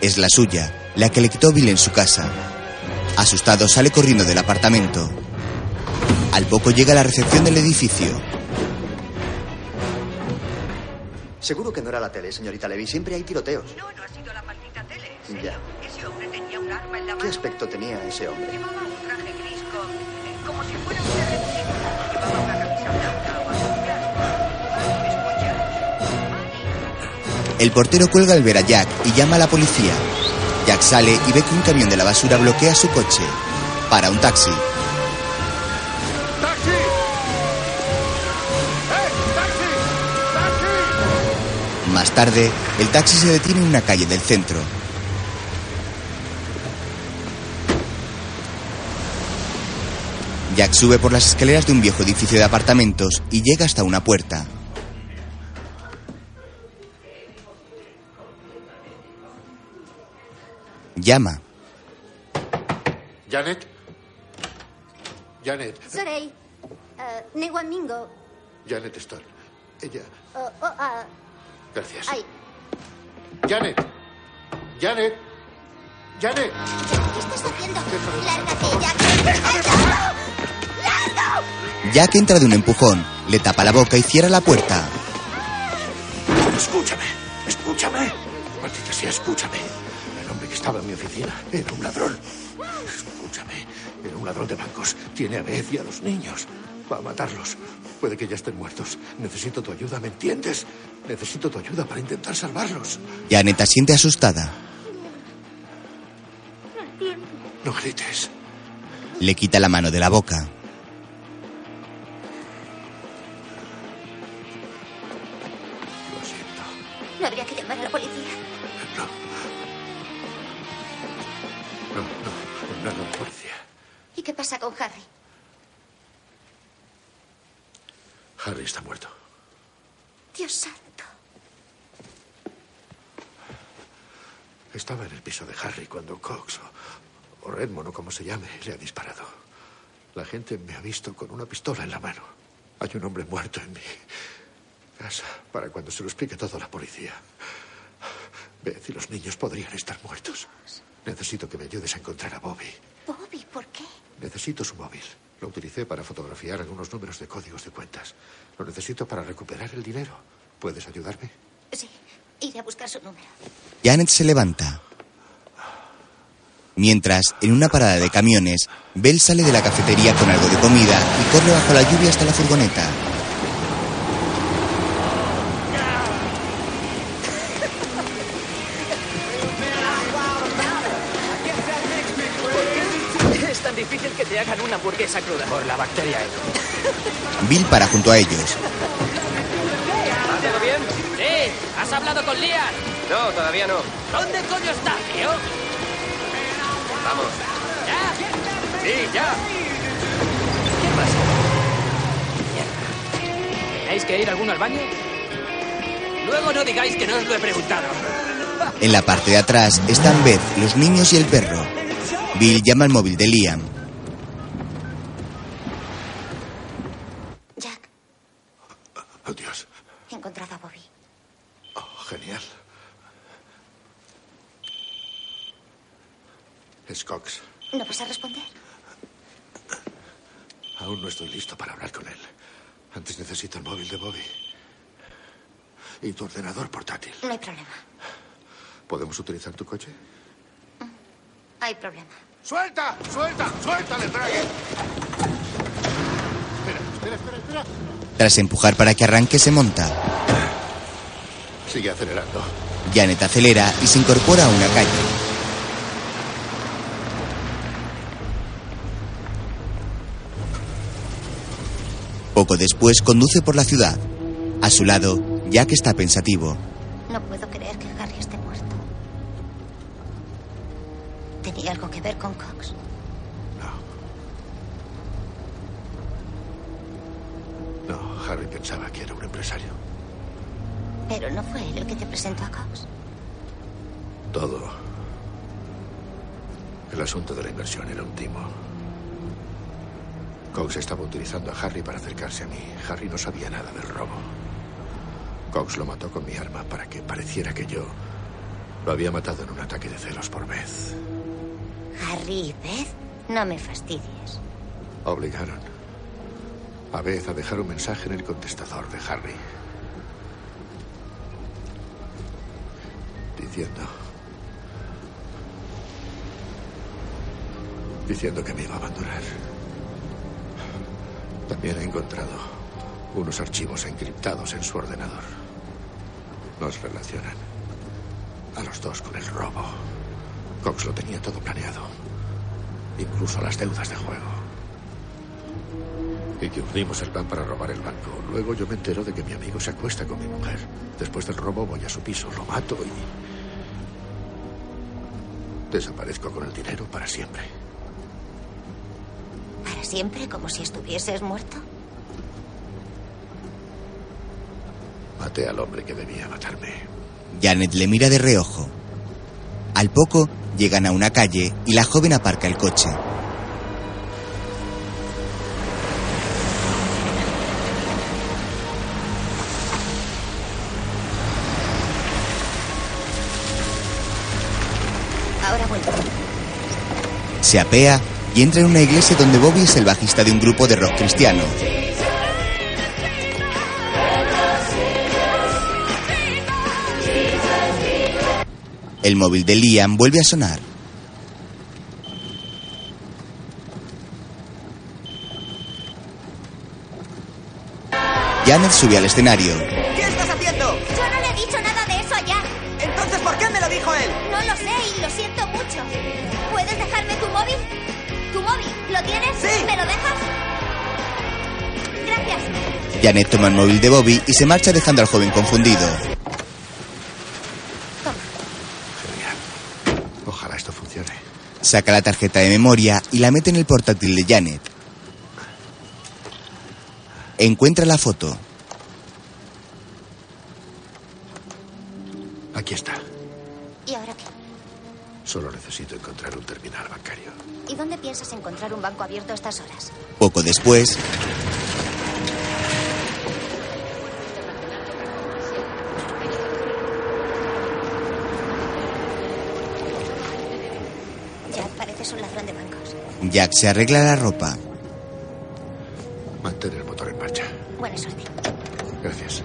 Es la suya, la que le quitó Bill en su casa. Asustado sale corriendo del apartamento. Al poco llega a la recepción del edificio. Seguro que no era la tele, señorita Levy. Siempre hay tiroteos. No, no ha sido la maldita tele. en serio. Ya. Ese hombre tenía un arma en la ¿Qué mano. aspecto tenía ese hombre? Llevaba un traje gris con... eh, como si fuera un terreno. Llevaba una camisa blanca o azul El portero cuelga al ver a Jack y llama a la policía. Jack sale y ve que un camión de la basura bloquea su coche. Para un taxi. Más tarde, el taxi se detiene en una calle del centro. Jack sube por las escaleras de un viejo edificio de apartamentos y llega hasta una puerta. Llama. Janet. Janet. Sorei. eh, Neguan Mingo. Janet Stone. Ella. Oh, oh, ah, Gracias. ay. Janet. Janet. Janet. ¿Qué estás haciendo? Lárgate, Jack. Jack entra de un empujón, le tapa la boca y cierra la puerta. Escúchame. Escúchame. Maldita sea, escúchame. El hombre que estaba en mi oficina era un ladrón. Escúchame. Era un ladrón de bancos. Tiene a Beth y a los niños. Va a matarlos. Puede que ya estén muertos. Necesito tu ayuda, ¿me entiendes? Necesito tu ayuda para intentar salvarlos. Janet asiente asustada. No grites. Le quita la mano de la boca. oh. No habría que llamar a la policía. No, no, no, no, policía. ¿Y qué pasa con Harry? Harry está muerto. Dios santo. Estaba en el piso de Harry cuando Cox o, o Redmond o como se llame le ha disparado. La gente me ha visto con una pistola en la mano. Hay un hombre muerto en mi casa para cuando se lo explique todo a la policía. Beth y los niños podrían estar muertos. Necesito que me ayudes a encontrar a Bobby. Bobby, ¿por qué? Necesito su móvil. Lo utilicé para fotografiar algunos números de códigos de cuentas. Lo necesito para recuperar el dinero. ¿Puedes ayudarme? Sí, iré a buscar su número. Janet se levanta. Mientras, en una parada de camiones, Bell sale de la cafetería con algo de comida y corre bajo la lluvia hasta la furgoneta. Es tan difícil que te hagan una hamburguesa cruda. Por la bacteria Bill para junto a ellos. ¿Todo bien? Sí. ¿Has hablado con Lian? No, todavía no. ¿Dónde coño está, tío? Vamos. ¿Ya? Sí, ya. ¿Qué pasa? Mierda. ¿Tenéis que ir alguno al baño? Luego no digáis que no os lo he preguntado. En la parte de atrás están Beth, los niños y el perro. Bill llama al móvil de Liam. Jack, Oh, Dios. he encontrado a Bobby. Oh, genial. Es Cox. ¿No vas a responder? Aún no estoy listo para hablar con él. Antes necesito el móvil de Bobby. Y tu ordenador portátil. No hay problema. ¿Podemos utilizar tu coche? Hay problema. ¡Suelta! ¡Suelta! ¡Suéltale, trague! Espera, espera, espera, espera. Tras empujar para que arranque, se monta. Sigue acelerando. Janet acelera y se incorpora a una calle. Poco después conduce por la ciudad. A su lado, Jack está pensativo. No puedo creer que Harry esté muerto. ¿Tenía algo que ver con Cox? No, Harry pensaba que era un empresario. Pero no fue él el que te presentó a Cox. Todo. El asunto de la inversión era un timo. Cox estaba utilizando a Harry para acercarse a mí. Harry no sabía nada del robo. Cox lo mató con mi arma para que pareciera que yo lo había matado en un ataque de celos por vez. Harry y Beth, no me fastidies. Obligaron a Beth a dejar un mensaje en el contestador de Harry. Diciendo. Diciendo que me iba a abandonar. También he encontrado unos archivos encriptados en su ordenador. Nos relacionan a los dos con el robo. Cox lo tenía todo planeado, incluso las deudas de juego. Y que unimos el plan para robar el banco. Luego yo me entero de que mi amigo se acuesta con mi mujer. Después del robo voy a su piso, lo mato y... Desaparezco con el dinero para siempre. ¿Para siempre? ¿Como si estuvieses muerto? Maté al hombre que debía matarme. Janet le mira de reojo. Al poco, llegan a una calle y la joven aparca el coche. Ahora vuelvo. Se apea y entra en una iglesia donde Bobby es el bajista de un grupo de rock cristiano. El móvil de Liam vuelve a sonar. Janet sube al escenario. ¿Qué estás haciendo? Yo no le he dicho nada de eso a Jack. Entonces, ¿por qué me lo dijo él? No lo sé y lo siento mucho. ¿Puedes dejarme tu móvil? ¿Tu móvil? ¿Lo tienes? Sí. ¿Me lo dejas? Gracias. Janet toma el móvil de Bobby y se marcha dejando al joven confundido. Ojalá esto funcione. Saca la tarjeta de memoria y la mete en el portátil de Janet. Encuentra la foto. Aquí está. ¿Y ahora qué? Solo necesito encontrar un terminal bancario. ¿Y dónde piensas encontrar un banco abierto a estas horas? Poco después, Jack se arregla la ropa. Mantén el motor en marcha. Buena suerte. Gracias.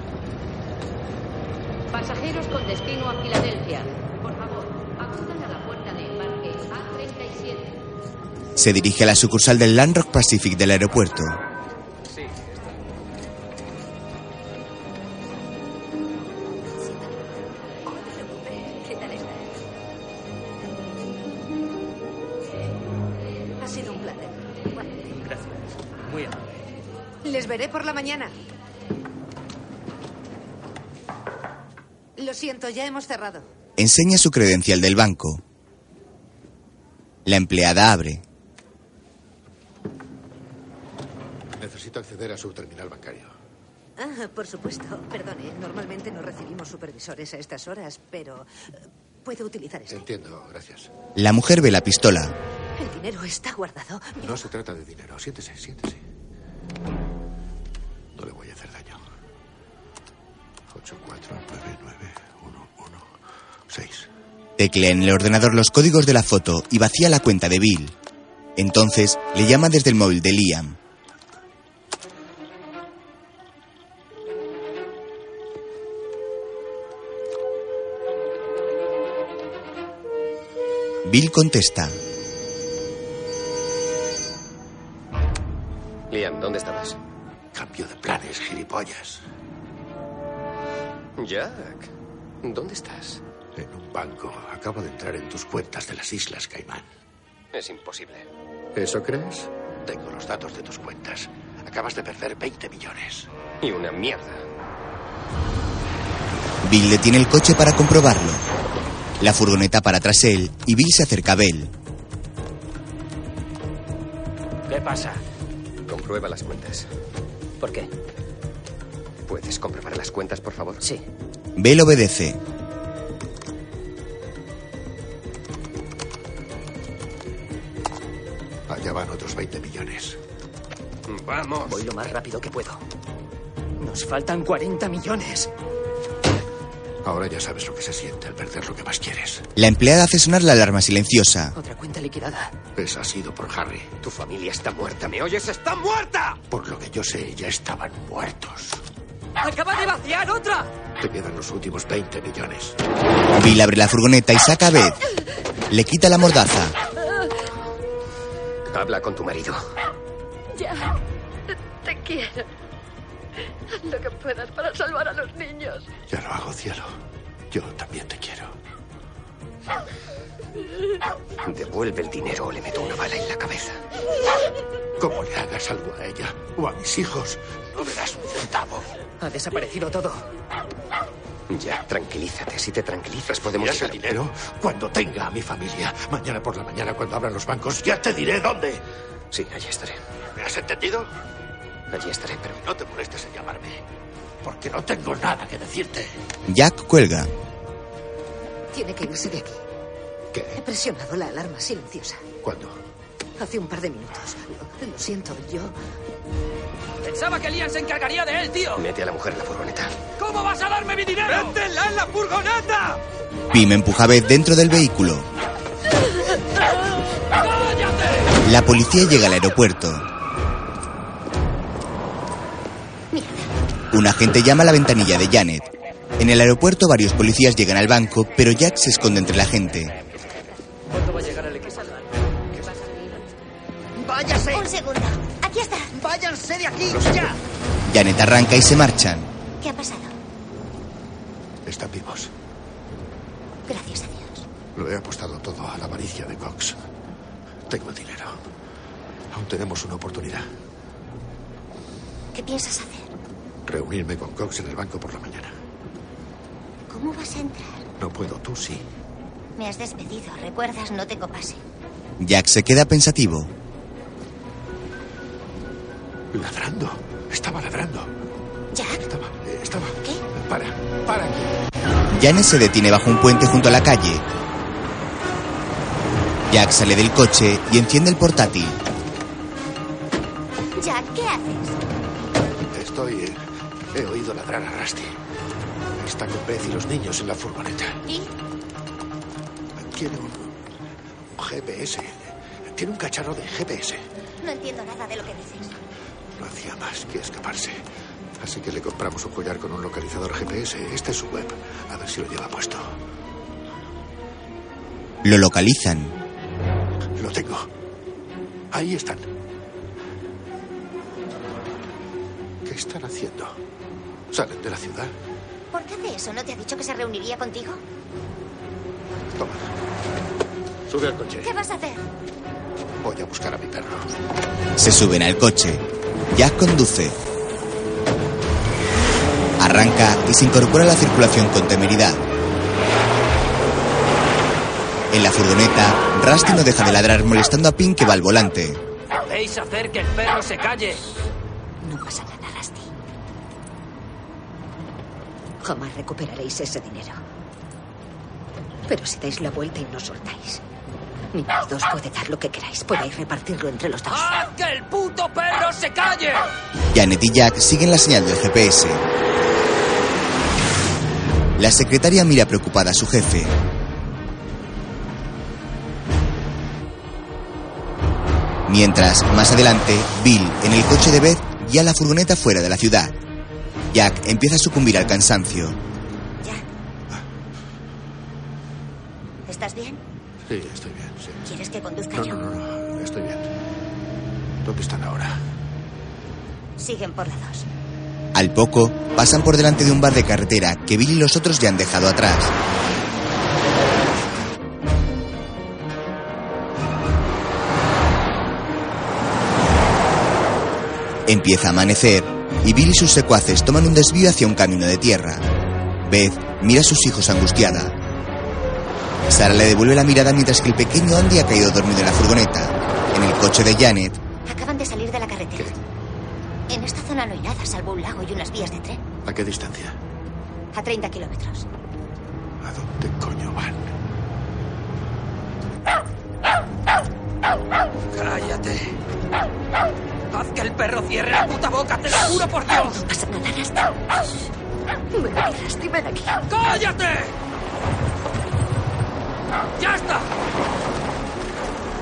Pasajeros con destino a Filadelfia, por favor, acudan a la puerta de embarque A37. Se dirige a la sucursal del Land Rock Pacific del aeropuerto. ¿Qué tal está? Ha sido un placer. Gracias. Muy amable. Les veré por la mañana. Lo siento, ya hemos cerrado. Enseña su credencial del banco. La empleada abre. Necesito acceder a su terminal bancario. Ah, por supuesto. Perdone, normalmente no recibimos supervisores a estas horas, pero eh, puedo utilizar este. Entiendo, gracias. La mujer ve la pistola. El dinero está guardado. No se trata de dinero. Siéntese, siéntese. No le voy a hacer daño. 8, 4, 9, 9, 1, 1, 6. Teclea en el ordenador los códigos de la foto y vacía la cuenta de Bill. Entonces le llama desde el móvil de Liam. Bill contesta. Liam, ¿dónde estabas? Cambio de planes, gilipollas. Jack, ¿dónde estás? En un banco. Acabo de entrar en tus cuentas de las Islas Caimán. Es imposible. ¿Eso crees? Tengo los datos de tus cuentas. Acabas de perder 20 millones. Y una mierda. Bill detiene el coche para comprobarlo. La furgoneta para tras él y Bill se acerca a Bell. ¿Qué pasa? Comprueba las cuentas. ¿Por qué? ¿Puedes comprobar las cuentas, por favor? Sí. Bell obedece. Allá van otros 20 millones. Vamos. Voy lo más rápido que puedo. Nos faltan 40 millones. Ahora ya sabes lo que se siente al perder lo que más quieres. La empleada hace sonar la alarma silenciosa. Otra cuenta liquidada. Esa ha sido por Harry. Tu familia está muerta, ¿me oyes? ¡Está muerta! Por lo que yo sé, ya estaban muertos. ¡Acaba de vaciar otra! Te quedan los últimos 20 millones. Bill abre la furgoneta y saca a Beth. Le quita la mordaza. Habla con tu marido. Ya. Te quiero. Haz lo que puedas para salvar a los niños. Ya lo hago, cielo. Yo también te quiero. Devuelve el dinero o le meto una bala en la cabeza. Como le hagas algo a ella o a mis hijos, no verás un centavo. Ha desaparecido todo. Ya, tranquilízate. Si te tranquilizas, podemos Podemos ese llegar a- dinero cuando tenga a mi familia. Mañana por la mañana, cuando abran los bancos, ya te diré dónde. Sí, allí estaré. ¿Me has entendido? Allí estaré, pero No te molestes en llamarme, porque no tengo nada que decirte. Jack cuelga. Tiene que irse de aquí. ¿Qué? He presionado la alarma silenciosa. ¿Cuándo? Hace un par de minutos. Lo, lo siento, yo. Pensaba que Liam se encargaría de él, tío. mete a la mujer en la furgoneta. ¿Cómo vas a darme mi dinero? ¡Métela en la furgoneta! Pim empuja a Beth dentro del vehículo. La policía llega al aeropuerto. Un agente llama a la ventanilla de Janet. En el aeropuerto varios policías llegan al banco, pero Jack se esconde entre la gente. ¿Cuándo va a llegar el equipo? ¡Váyase! Un segundo. Aquí está. ¡Váyanse de aquí! ¡Ya! Janet arranca y se marchan. ¿Qué ha pasado? Están vivos. Gracias a Dios. Lo he apostado todo a la avaricia de Cox. Tengo el dinero. Aún tenemos una oportunidad. ¿Qué piensas hacer? Reunirme con Cox en el banco por la mañana. ¿Cómo vas a entrar? No puedo, tú sí. Me has despedido. Recuerdas, no tengo pase. Jack se queda pensativo. Ladrando. Estaba ladrando. Jack. Estaba. eh, Estaba. ¿Qué? Para. Para aquí. Janet se detiene bajo un puente junto a la calle. Jack sale del coche y enciende el portátil. Jack, ¿qué haces? Estoy. eh, He oído ladrar a Rusty. Está con Beth y los niños en la furgoneta. ¿Y? Quiero un GPS. Tiene un cacharro de GPS. No entiendo nada de lo que dices. No hacía más que escaparse. Así que le compramos un collar con un localizador GPS. Esta Este es su web. A ver si lo lleva puesto. Lo localizan. Lo tengo. Ahí están. ¿Qué están haciendo? ¿Salen de la ciudad? ¿Por qué hace eso? ¿No te ha dicho que se reuniría contigo? Toma. Sube al coche. ¿Qué vas a hacer? Voy a buscar a mi perro. Se suben al coche. Jack conduce. Arranca y se incorpora a la circulación con temeridad. En la furgoneta, Rusty no deja de ladrar molestando a Pink que va al volante. Podéis hacer que el perro se calle. No pasa nada, Rusty. Jamás recuperaréis ese dinero. Pero si dais la vuelta y no soltáis, ninguno dos puede dar lo que queráis. Podéis repartirlo entre los dos. ¡Haz que el puto perro se calle! Janet y Jack siguen la señal del GPS. La secretaria mira preocupada a su jefe. Mientras, más adelante, Bill, en el coche de Beth, guía la furgoneta fuera de la ciudad. Jack empieza a sucumbir al cansancio. ¿Estás bien? Sí, estoy bien, sí. ¿Quieres que conduzca No, yo? no, no, no. Estoy bien. ¿Dónde están ahora? Siguen por la dos. Al poco, pasan por delante de un bar de carretera que Bill y los otros ya han dejado atrás. Empieza a amanecer y Bill y sus secuaces toman un desvío hacia un camino de tierra. Beth mira a sus hijos angustiada. Sara le devuelve la mirada mientras que el pequeño Andy ha caído dormido en la furgoneta. En el coche de Janet, Acaban de salir de la carretera. En esta zona no hay nada, salvo un lago y unas vías de tren. ¿A qué distancia? A 30 kilómetros. ¿A dónde coño van? Cállate. Haz que el perro cierre la puta boca, te lo juro por Dios. No pasa nada, Rusty. Ven aquí, Rusty, ven aquí. ¡Cállate! ¡Ya está!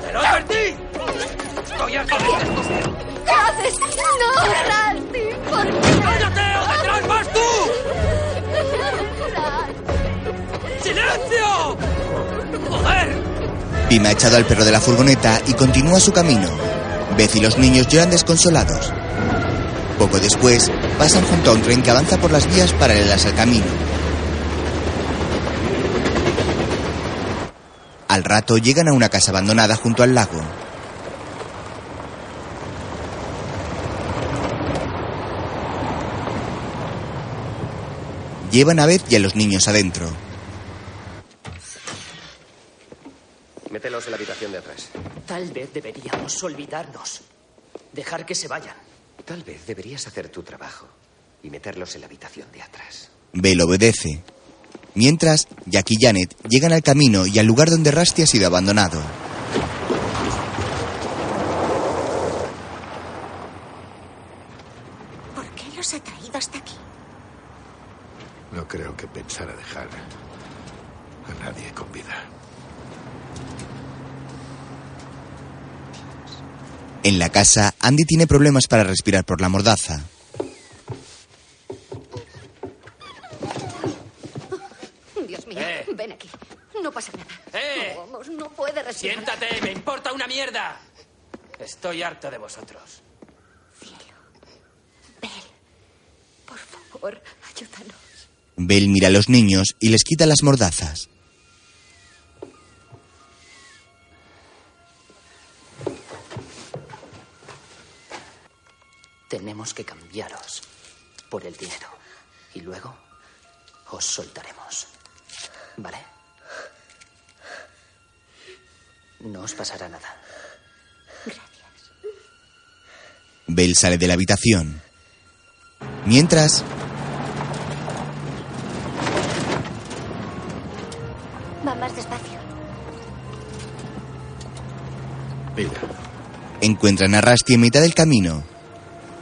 ¡Te lo advertí! ¡Estoy harto de esto! ¿Qué haces? No, Rusty, por qué? ¡Cállate o detrás vas tú! ¡Silencio! ¡Joder! Pim ha echado al perro de la furgoneta y continúa su camino. Beth y los niños lloran desconsolados. Poco después, pasan junto a un tren que avanza por las vías paralelas al camino. Al rato llegan a una casa abandonada junto al lago. Llevan a Beth y a los niños adentro. Mételos en la habitación de atrás. Tal vez deberíamos olvidarnos. Dejar que se vayan. Tal vez deberías hacer tu trabajo y meterlos en la habitación de atrás. Bell obedece. Mientras, Jack y Janet llegan al camino y al lugar donde Rusty ha sido abandonado. ¿Por qué los ha traído hasta aquí? No creo que pensara dejar a nadie con vida. En la casa, Andy tiene problemas para respirar por la mordaza. Dios mío, ven aquí. No pasa nada. ¡Eh! Vamos, no puede respirar. Siéntate, me importa una mierda. Estoy harto de vosotros. Por favor, ayúdanos. Bell mira a los niños y les quita las mordazas. Tenemos que cambiaros por el dinero. Y luego os soltaremos. ¿Vale? No os pasará nada. Bell sale de la habitación. Mientras, Va más despacio. encuentran a Rusty en mitad del camino.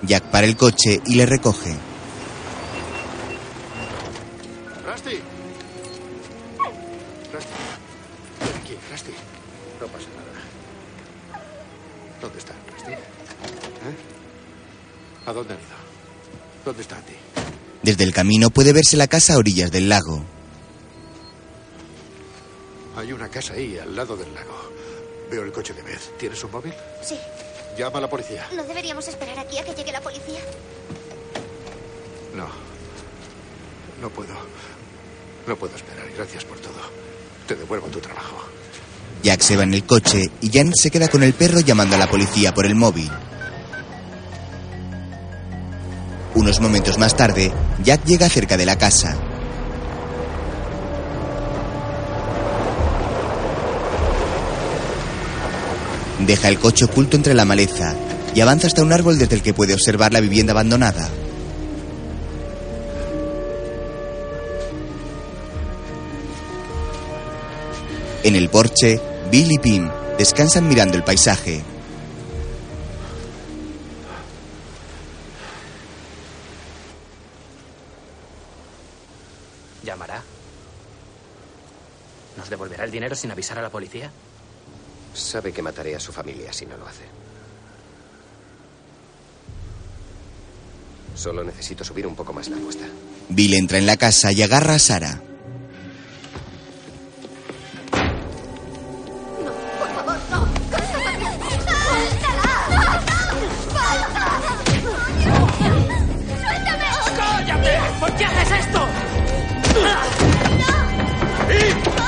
Jack para el coche y le recoge. Rusty. Rusty. Ven aquí, Rusty. No pasa nada. ¿Dónde está Christine? ¿Eh? ¿A dónde han ido? ¿Dónde está Andy? Desde el camino puede verse la casa a orillas del lago. Hay una casa ahí, al lado del lago. Veo el coche de Beth. ¿Tienes un móvil? Sí. Llama a la policía. ¿No deberíamos esperar aquí a que llegue la policía? No. No puedo. No puedo esperar. Gracias por todo. Te devuelvo tu trabajo. Jack se va en el coche y Jan se queda con el perro llamando a la policía por el móvil. Unos momentos más tarde, Jack llega cerca de la casa. Deja el coche oculto entre la maleza y avanza hasta un árbol desde el que puede observar la vivienda abandonada. En el porche, Bill y Pim descansan mirando el paisaje. ¿Llamará? ¿Nos devolverá el dinero sin avisar a la policía? Sabe que mataré a su familia si no lo hace. Solo necesito subir un poco más la apuesta. Bill entra en la casa y agarra a Sara. Por favor, no. ¡Suéltala! ¡Suéltame! ¡Cállate! ¿Por qué haces esto?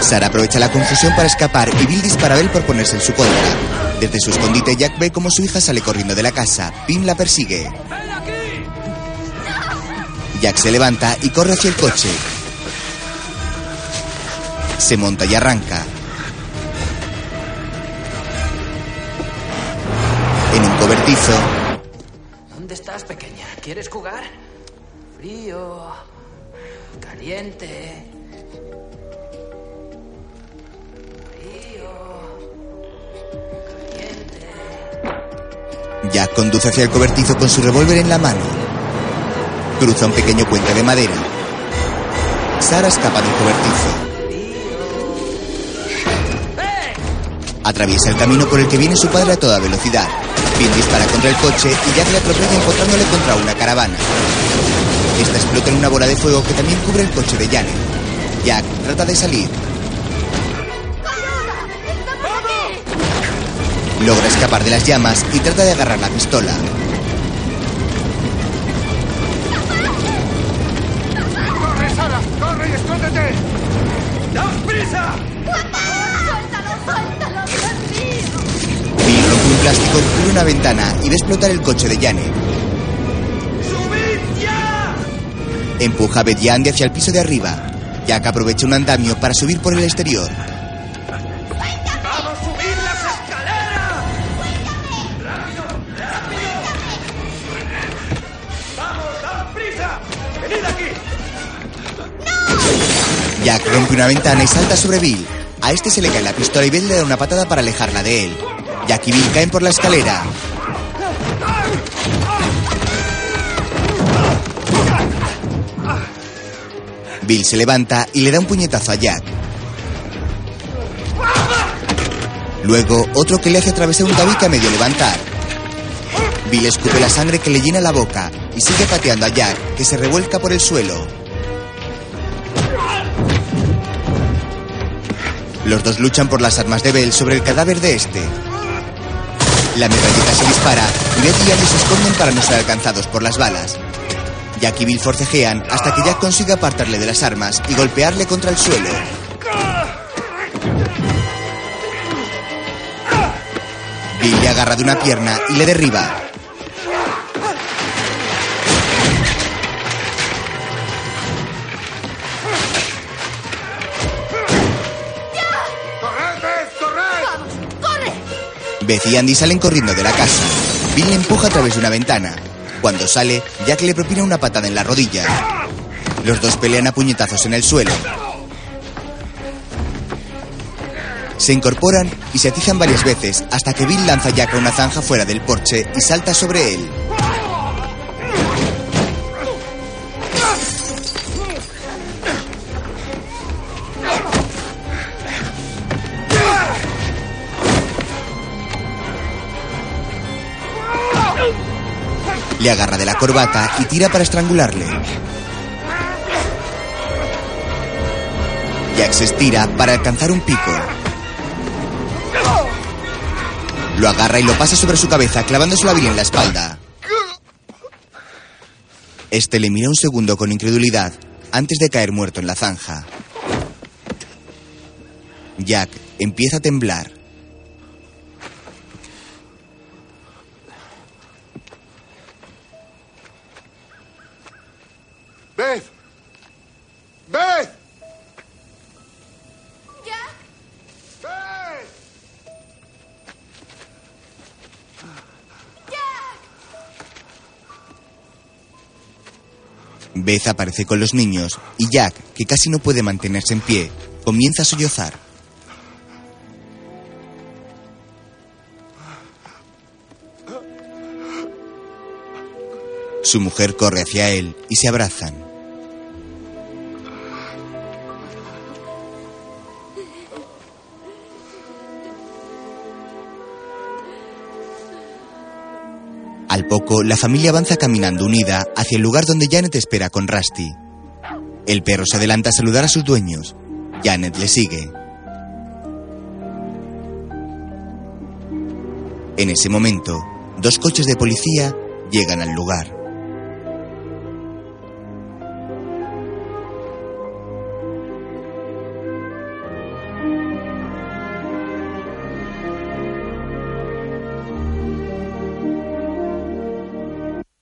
Sara aprovecha la confusión para escapar y Bill dispara a Bell por ponerse en su contra. Desde su escondite, Jack ve cómo su hija sale corriendo de la casa. Pim la persigue. Jack se levanta y corre hacia el coche. Se monta y arranca. En un cobertizo, ¿Dónde estás, pequeña? ¿Quieres jugar? Frío. Caliente. Jack conduce hacia el cobertizo con su revólver en la mano. Cruza un pequeño puente de madera. Sara escapa del cobertizo. Atraviesa el camino por el que viene su padre a toda velocidad. Pin dispara contra el coche y Jack le atropella encontrándole contra una caravana. Esta explota en una bola de fuego que también cubre el coche de Janet. Jack trata de salir. Logra escapar de las llamas y trata de agarrar la pistola. ¡Corre, Sara! ¡Corre y escóndete! ¡Daos prisa! Bill rompe un plástico que cubre una ventana y ve explotar el coche de Janet. Empuja a Beth y a Andy hacia el piso de arriba. Jack aprovecha un andamio para subir por el exterior. ¡Vamos, subid las escaleras! ¡Rápido, rápido! ¡Vamos, daos prisa! ¡Venid aquí! Jack rompe una ventana y salta sobre Bill. A este se le cae la pistola y Beth le da una patada para alejarla de él. Jack y Bill caen por la escalera. Bill se levanta y le da un puñetazo a Jack. Luego, otro que le hace atravesar un tabique a medio levantar. Bill escupe la sangre que le llena la boca y sigue pateando a Jack, que se revuelca por el suelo. Los dos luchan por las armas de Bell sobre el cadáver de este. La metralleta se dispara y Beth y Andy se esconden para no ser alcanzados por las balas. Jack y Bill forcejean hasta que Jack consigue apartarle de las armas y golpearle contra el suelo. Bill le agarra de una pierna y le derriba. ¡Corred, Beth, corred! ¡Vamos, corre! Beth y Andy salen corriendo de la casa. Bill le empuja a través de una ventana. Cuando sale, Jack le propina una patada en la rodilla. Los dos pelean a puñetazos en el suelo. Se incorporan y se atizan varias veces hasta que Bill lanza a Jack a una zanja fuera del porche y salta sobre él. Le agarra de la corbata y tira para estrangularle. Jack se estira para alcanzar un pico. Lo agarra y lo pasa sobre su cabeza, clavándose la vil en la espalda. Este le mira un segundo con incredulidad antes de caer muerto en la zanja. Jack empieza a temblar. ¡Beth! ¡Beth! Jack. ¡Beth! Beth aparece con los niños y Jack, que casi no puede mantenerse en pie, comienza a sollozar. Su mujer corre hacia él y se abrazan. Al poco, la familia avanza caminando unida hacia el lugar donde Janet espera con Rusty. El perro se adelanta a saludar a sus dueños. Janet le sigue. En ese momento, dos coches de policía llegan al lugar.